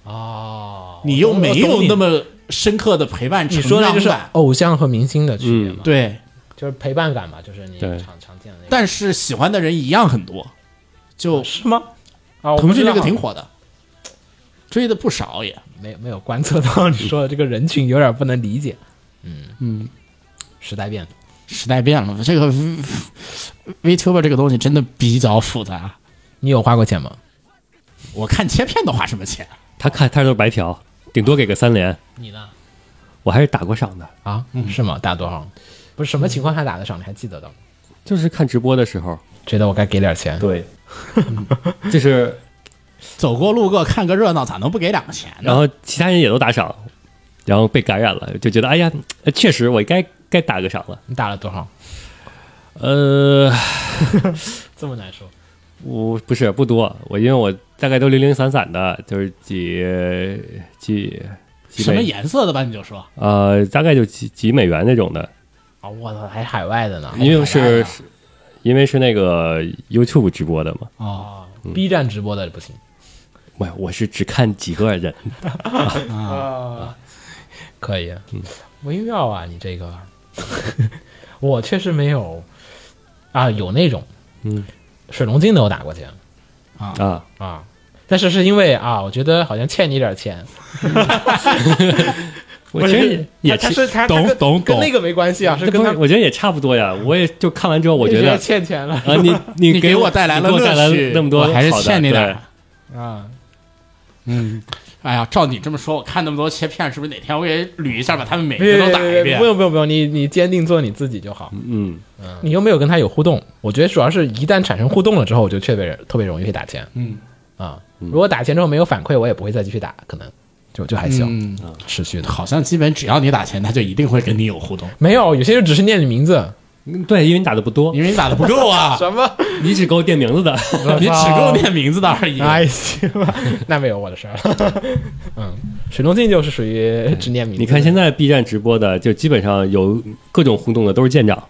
S1: 哦，
S4: 你又没
S1: 我懂
S4: 有
S1: 你
S4: 那么深刻的陪伴
S1: 你
S4: 成
S1: 说的
S4: 长
S1: 就是
S4: 感。
S1: 偶像和明星的区别嘛，
S4: 对，
S1: 就是陪伴感嘛，就是你
S2: 对
S1: 常常见的那个。
S4: 但是喜欢的人一样很多，就
S1: 什么？啊，我不
S4: 腾讯
S1: 知
S4: 这
S1: 道
S4: 个挺火的，追的不少也。
S1: 没有没有观测到你说的这个人群有点不能理解。嗯
S4: 嗯，
S1: 时代变了，
S4: 时代变了，这个 V- VTuber 这个东西真的比较复杂。
S1: 你有花过钱吗？
S4: 我看切片都花什么钱？
S2: 他看他都是白嫖，顶多给个三连。
S1: 你呢？
S2: 我还是打过赏的，
S1: 啊，是吗？打多少？不是什么情况下打的赏？你还记得的吗？
S2: 就是看直播的时候，
S1: 觉得我该给点钱？
S2: 对，就是
S4: 走过路过看个热闹，咋能不给两个钱
S2: 然
S4: 呢？
S2: 后其他人也都打赏，然后被感染了，就觉得哎呀，确实我该该打个赏了。
S1: 你打了多少？
S2: 呃，
S1: 这么难说？
S2: 我不是不多，我因为我大概都零零散散的，就是几几几
S4: 什么
S2: 美
S4: 颜色的吧？你就说
S2: 呃，大概就几几美元那种的，
S1: 啊，我操，还海外的呢，
S2: 因为
S4: 海外
S2: 是
S4: 的
S2: 因为是那个 YouTube 直播的嘛。
S1: 哦，B 站直播的不行，
S2: 我我是只看几个人，
S1: 可以，啊
S4: 嗯
S1: 微妙啊，你这个， 我确实没有啊，有那种，
S2: 嗯，
S1: 水龙镜的我打过钱
S2: 啊，
S1: 啊，但是是因为啊，我觉得好像欠你点钱，
S2: 我其实也
S1: 他他是他他
S4: 懂
S1: 跟
S4: 懂
S1: 跟
S4: 懂嗯
S1: 那个没关系啊，是
S2: 这
S1: 跟
S2: 不
S1: 他
S2: 是，我觉得也差不多呀。我也就看完之后，我
S1: 我
S2: 觉得
S1: 欠钱了
S2: 啊，你你
S4: 你
S2: 给
S4: 给我带来了
S2: 你给我带来
S4: 乐趣
S2: 那么多好的，
S4: 我还是欠你点
S2: 对
S4: 儿。
S1: 啊，
S4: 嗯，哎呀，照你这么说，我看那么多切片，是不是哪天我也捋一下，把他们每
S1: 别别
S4: 个都打一
S1: 别，
S4: 遍
S1: 不？用不用不用，你你坚定做你自己就好，
S2: 嗯，
S1: 你又没有跟他有互动，我觉得主要是一旦产生互动了之后，我就特别特别容易去打钱。
S4: 嗯
S1: 啊，如果打钱之后没有反馈，我也不会再继续打，可能就就还行，
S4: 嗯，
S1: 持续的。
S4: 好像基本只要你打钱，他就一定会跟你有互动，
S1: 没有，有些就只是念你名字，
S2: 对，因为你打的不多，
S4: 因为你打的不够啊，
S1: 什么？
S2: 你只够店名字 的。
S4: 你只够念名字的而已。
S1: 哎，行吧， 那没有我的事儿了。 嗯，水龙镜就是属于只念名字。
S2: 你看现
S1: 在
S2: 在 B 站直播的，就基本上有各种互动的都是舰长，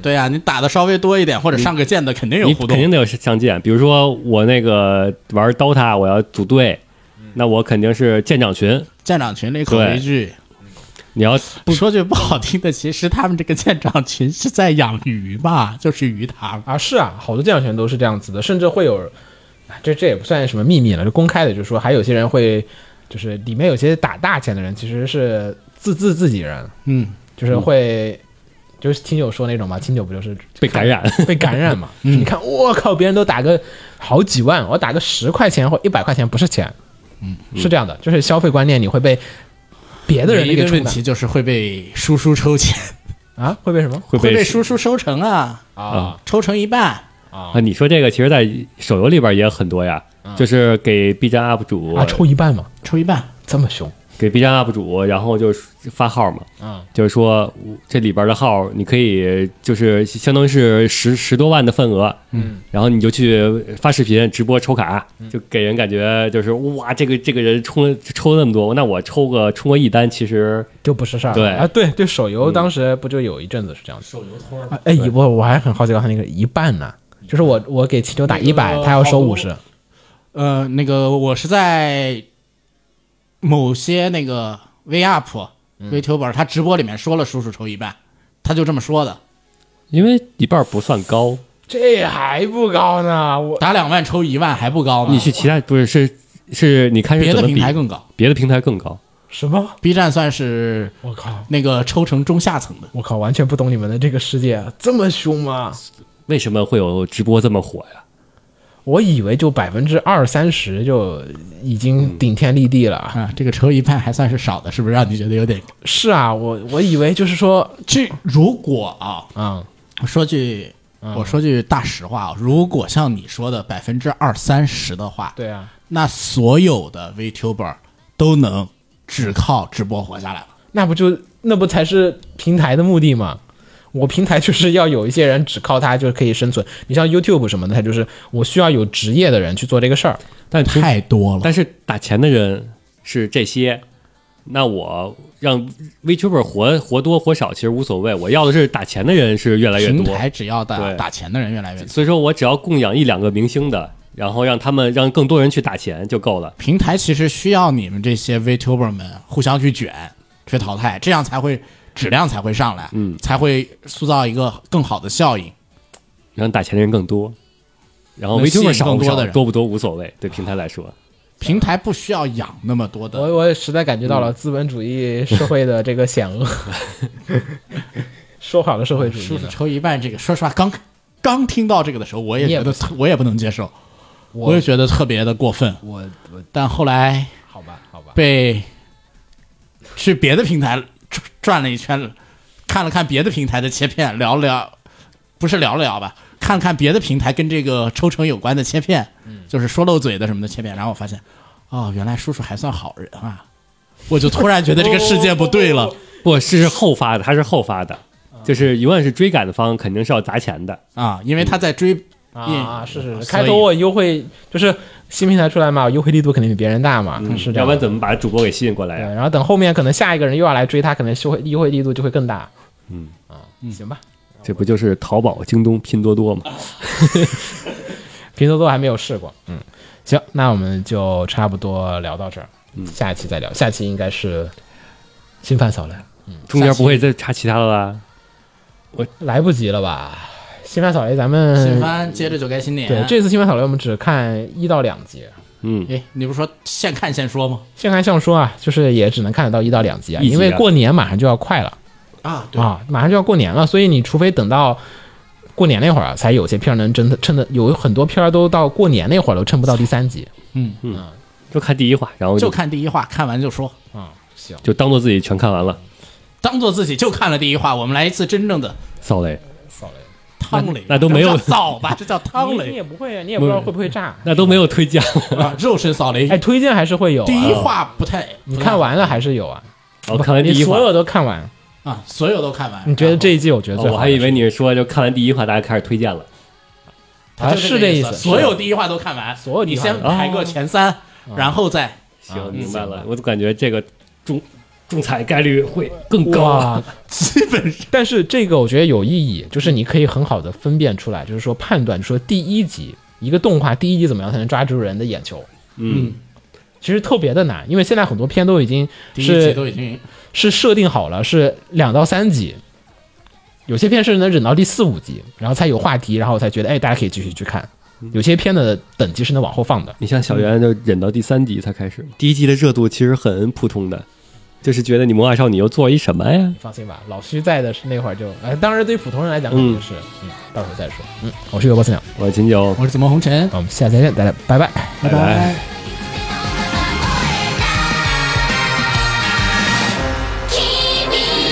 S4: 对啊呀、你打的稍微多一点，或者上个键的，肯定有
S2: 你
S4: 互
S2: 肯
S4: 动。
S2: 定得有上舰。比如说我那个玩 DOTA，我要组队，
S4: 嗯
S2: 那我肯定是舰长群。
S4: 舰长群里口
S2: 对
S4: 一句，
S2: 你要
S4: 说句不好听的，其实他们这个舰长群是在养鱼吧，就是鱼塘。
S1: 啊，是啊，好多健养权都是这样子的，甚至会有，哎这这也不算什么秘密了，就公开的，就是说还有些人会，就是里面有些打大钱的人其实是自自自己人，
S4: 嗯，
S1: 就是会，就是清酒说那种嘛，清酒不就是
S2: 被感染，
S1: 被感染嘛？就是你看，我靠，别人都打个好几万，我打个十块钱或一百块钱不是钱，嗯，是这样的，就是消费观念你会被别的人
S4: 唯
S1: 那
S4: 一
S1: 个
S4: 的
S1: 冲
S4: 问
S1: 淡
S4: 题就是会被叔叔抽钱，
S1: 啊，会被什么
S2: 会
S4: 会
S2: 被
S4: 被叔叔收成啊，
S1: 啊
S4: 抽成一半。
S2: 啊！你说这个，其实在手游里边也很多呀，
S4: 嗯
S2: 就是给 B 站 UP 主
S1: 啊抽一半嘛，
S4: 抽一半，
S1: 这么凶
S2: 给 B 站 UP 主，然后就是发号嘛，
S1: 嗯，
S2: 就是说我这里边的号你可以就是相当于是十十多万的份额，嗯，然后你就去发视频直播抽卡，就给人感觉就是哇，这个这个人充了抽那么多，那我抽个充个一单，其实
S1: 就不是事儿了
S2: 对
S1: 啊，对对，手游当时不就有一阵子是这样子，手游托哎，我我还很好奇，刚才那个一半呢，就是我我给清酒打一百，
S4: 那个
S1: 他要收
S4: 好多
S1: 五十，
S4: 呃，那个我是在某些那个 V UP、VTuber
S2: 嗯
S4: 他直播里面说了，叔叔抽一半，他就这么说的，
S2: 因为一半不算高，
S1: 这还不高呢，我
S4: 打两万抽一万还不高呢，
S2: 你去其他不是是是你看是
S4: 别
S2: 怎么
S4: 的
S2: 比
S4: 平台更高
S2: 别的平台更高，
S1: 什么？
S4: ，B 站算是
S1: 我靠！
S4: 那个抽成中下层的。
S1: 我靠，完全不懂你们的这个世界啊这么凶吗？
S2: 为什么会有直播这么火呀？
S1: 我以为就百分之二三十就已经顶天立地了。
S4: 啊，这个抽一半还算是少的，是不是让你觉得有点？
S1: 是啊，我我以为就是说，
S4: 这如果啊，
S1: 嗯，
S4: 我说句我说句大实话啊，如果像你说的百分之二三十的话，
S1: 对啊，
S4: 那所有的 VTuber 都能只靠直播活下来了。
S1: 那不就那不才是平台的目的吗？我平台就是要有一些人只靠它就可以生存。你像 YouTube 什么的，它就是我需要有职业的人去做这个事儿。
S2: 但平
S4: 太多了，
S2: 但是打钱的人是这些，那我让 VTuber 活活多活少其实无所谓，我要的是打钱的人是越来越
S4: 平
S2: 多，
S4: 台只要打
S2: 对
S4: 打钱的人越来越多，
S2: 所以说我只要供养一两个明星的，然后让他们让更多人去打钱就够了。
S4: 平台其实需要你们这些 VTuber 们互相去卷、去淘汰，这样才会质量才会上来，
S2: 嗯
S4: 才会塑造一个更好的效应。
S2: 让打钱的人更多，然后
S4: 能吸引
S2: VTuber 少
S4: 更
S2: 不
S4: 多
S2: 少
S4: 的人啊
S2: 多不多无所谓，对平台来说，
S4: 平台不需要养那么多的，
S1: 我我也实在感觉到了资本主义社会的这个险 恶。说好了社会主
S4: 叔
S1: 义
S4: 叔
S1: 呢？
S4: 抽一半这个，说实话，刚刚听到这个的时候，我也
S1: 你也
S4: 觉得特我也不能接受，我也觉得特别的过分。
S1: 我我
S4: 但后来
S1: 好吧好吧，
S4: 被去别的平台转转了一圈，看了看别的平台的切片，聊了聊，不是聊了聊吧，看了看别的平台跟这个抽成有关的切片，
S1: 嗯
S4: 就是说漏嘴的什么的切片，然后我发现，哦，原来叔叔还算好人啊，我就突然觉得这个世界不对 了
S2: 不是是后发的，它是后发的，就是永远是追赶的方肯定是要砸钱的，
S4: 啊，因为他在追。
S1: 啊，是是是，
S4: 所以
S1: 开头我优惠就是新平台出来嘛，我优惠力度肯定比别人大嘛，
S4: 嗯
S1: 是这样
S2: 要不
S1: 的。
S2: 然怎么把主播给吸引过来啊
S4: 啊
S1: 对，
S2: 哎呀、
S1: 然后等后面可能下一个人又要来追他，可能优惠优惠力度就会更大。嗯啊，行吧，
S2: 这不就是淘宝、京东、拼多多吗？
S1: 拼多多还没有试过。嗯，行，那我们就差不多聊到这儿，下一期再聊。下期应该是新番扫雷，
S2: 中间不会再插其他的啦。
S1: 来不及了吧？新番扫雷咱
S4: 新哎
S1: 们
S4: 番接着就该新年，
S1: 对这次新番扫雷我们只看一到两集，
S2: 嗯，
S4: 哎，你不是说现看现说吗？
S1: 现看像说啊，就是也只能看得到一到两集啊，
S2: 一集啊
S1: 因为过年马上就要快了
S4: 啊，对，
S1: 啊，马上就要过年了，所以你除非等到。过年那会儿啊，才有些片儿能真的趁的，有很多片儿都到过年那会儿了，撑不到第三集。
S2: 就看第一话，然后
S4: 就
S2: 就
S4: 看第一话，看完就说，
S2: 啊
S1: 嗯
S2: 就当做自己全看完了。
S4: 当做自己就看了第一话。我们来一次真正的
S2: 扫雷，
S4: 汤雷，
S2: 那那都没有
S4: 这不叫扫吧？这叫汤
S1: 你
S4: 雷
S1: 也不会，你也不知道会不会炸。
S2: 那都没有推荐。
S4: 啊，肉身扫雷
S1: 哎，。推荐还是会有、啊。
S4: 第一话不太，
S1: 你看完了还是有啊？
S2: 我看完第
S1: 你
S2: 一话
S1: 所，有都看完，
S4: 啊，所有都看完。
S1: 你觉得这一季我觉得
S2: 哦
S1: 最好
S2: 我还以为你是说就看完第一话大家开始推荐了。
S4: 然后
S1: 啊
S4: 就是这
S1: 意
S4: 思？
S1: 思，
S4: 所有第一话都看完，
S1: 所有第
S4: 你
S1: 一话哦都
S4: 先排个前三，然后再
S1: 啊
S2: 行，明
S1: 行
S2: 白
S1: 吧
S2: 了。我就感觉这个中中彩概率会更高啊。
S1: 哇，
S4: 基本上
S1: 但是这个我觉得有意义，就是你可以很好的分辨出来，就是说判断说第一集一个动画第一集怎么样才能抓住人的眼球。
S2: 嗯，
S1: 其实特别的难，因为现在很多片都已经
S4: 第一集
S1: 是
S4: 都已经
S1: 是设定好了，是两到三集，有些片是能忍到第四五集，然后才有话题，然后才觉得哎，大家可以继续去看。有些片的等级是能往后放的，
S2: 你像小圆就忍到第三集才开始，第一集的热度其实很普通的，就是觉得你魔法少女又做一什么呀？
S1: 放心吧，老徐在的是那会儿就，哎，当然对于普通人来讲肯定是，嗯，到时候再说，嗯，我是尤波斯鸟，
S2: 我是秦九，
S4: 我是怎么红尘，
S1: 我们下期再见，大家拜拜。
S2: 哦拜拜。
S8: 君と「未来へと聞こえる目指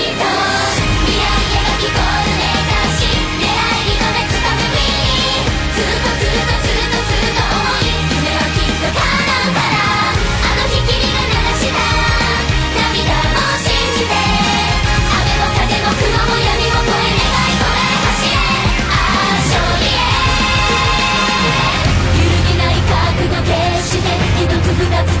S8: し」「出会いにこそめつかむみ」「ずっとずっとずっとずっと思い」「夢はきっと叶うから」「あの日君が流した涙も信じて」「雨も風も雲も闇も越え願い越え走れ」「ああ勝利へ」「揺るぎない覚悟決して」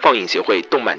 S5: 放映协会动漫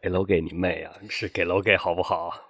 S6: 给楼给你妹啊！是给楼给好不好？